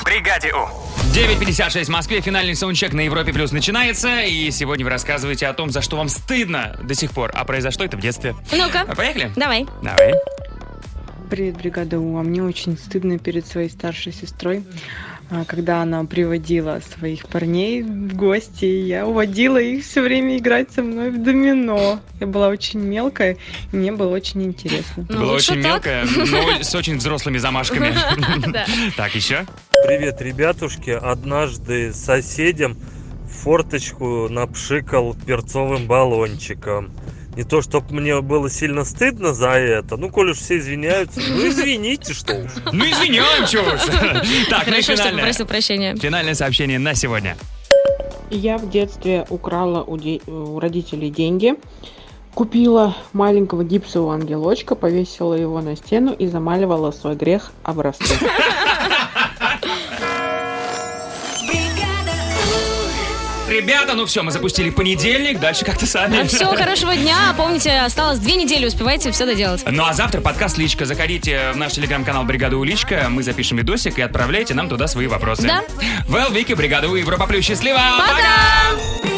Speaker 22: В бригаде У.
Speaker 2: 9.56 в Москве. Финальный саундчек на Европе Плюс начинается. И сегодня вы рассказываете о том, за что вам стыдно до сих пор. А произошло это в детстве.
Speaker 3: Ну-ка.
Speaker 2: А, Поехали?
Speaker 3: Давай.
Speaker 2: Давай.
Speaker 23: Привет, бригада У. А мне очень стыдно перед своей старшей сестрой, а, когда она приводила своих парней в гости, и я уводила их все время играть со мной в домино. Я была очень мелкая, и мне было очень интересно.
Speaker 3: Ну,
Speaker 2: Была очень мелкая, но с очень взрослыми замашками. Так, еще?
Speaker 24: Привет, ребятушки. Однажды соседям в форточку напшикал перцовым баллончиком. Не то, чтобы мне было сильно стыдно за это. Ну, коль уж все извиняются, ну извините, что уж.
Speaker 2: Ну, извиняем, чего уж. Так, ну и
Speaker 3: Хорошо, что
Speaker 2: финальное.
Speaker 3: попросил прощения.
Speaker 2: Финальное сообщение на сегодня.
Speaker 5: Я в детстве украла у, де- у родителей деньги, купила маленького гипсового ангелочка, повесила его на стену и замаливала свой грех образцом.
Speaker 2: Ребята, ну все, мы запустили понедельник, дальше как-то сами.
Speaker 3: Все, хорошего дня. Помните, осталось две недели, успевайте все доделать.
Speaker 2: Ну а завтра подкаст «Личка». Заходите в наш телеграм-канал «Бригада Уличка». Мы запишем видосик и отправляйте нам туда свои вопросы.
Speaker 3: Да.
Speaker 2: Вэл, Вики, «Бригада У» Европа Плюс. Счастливо!
Speaker 3: Пока!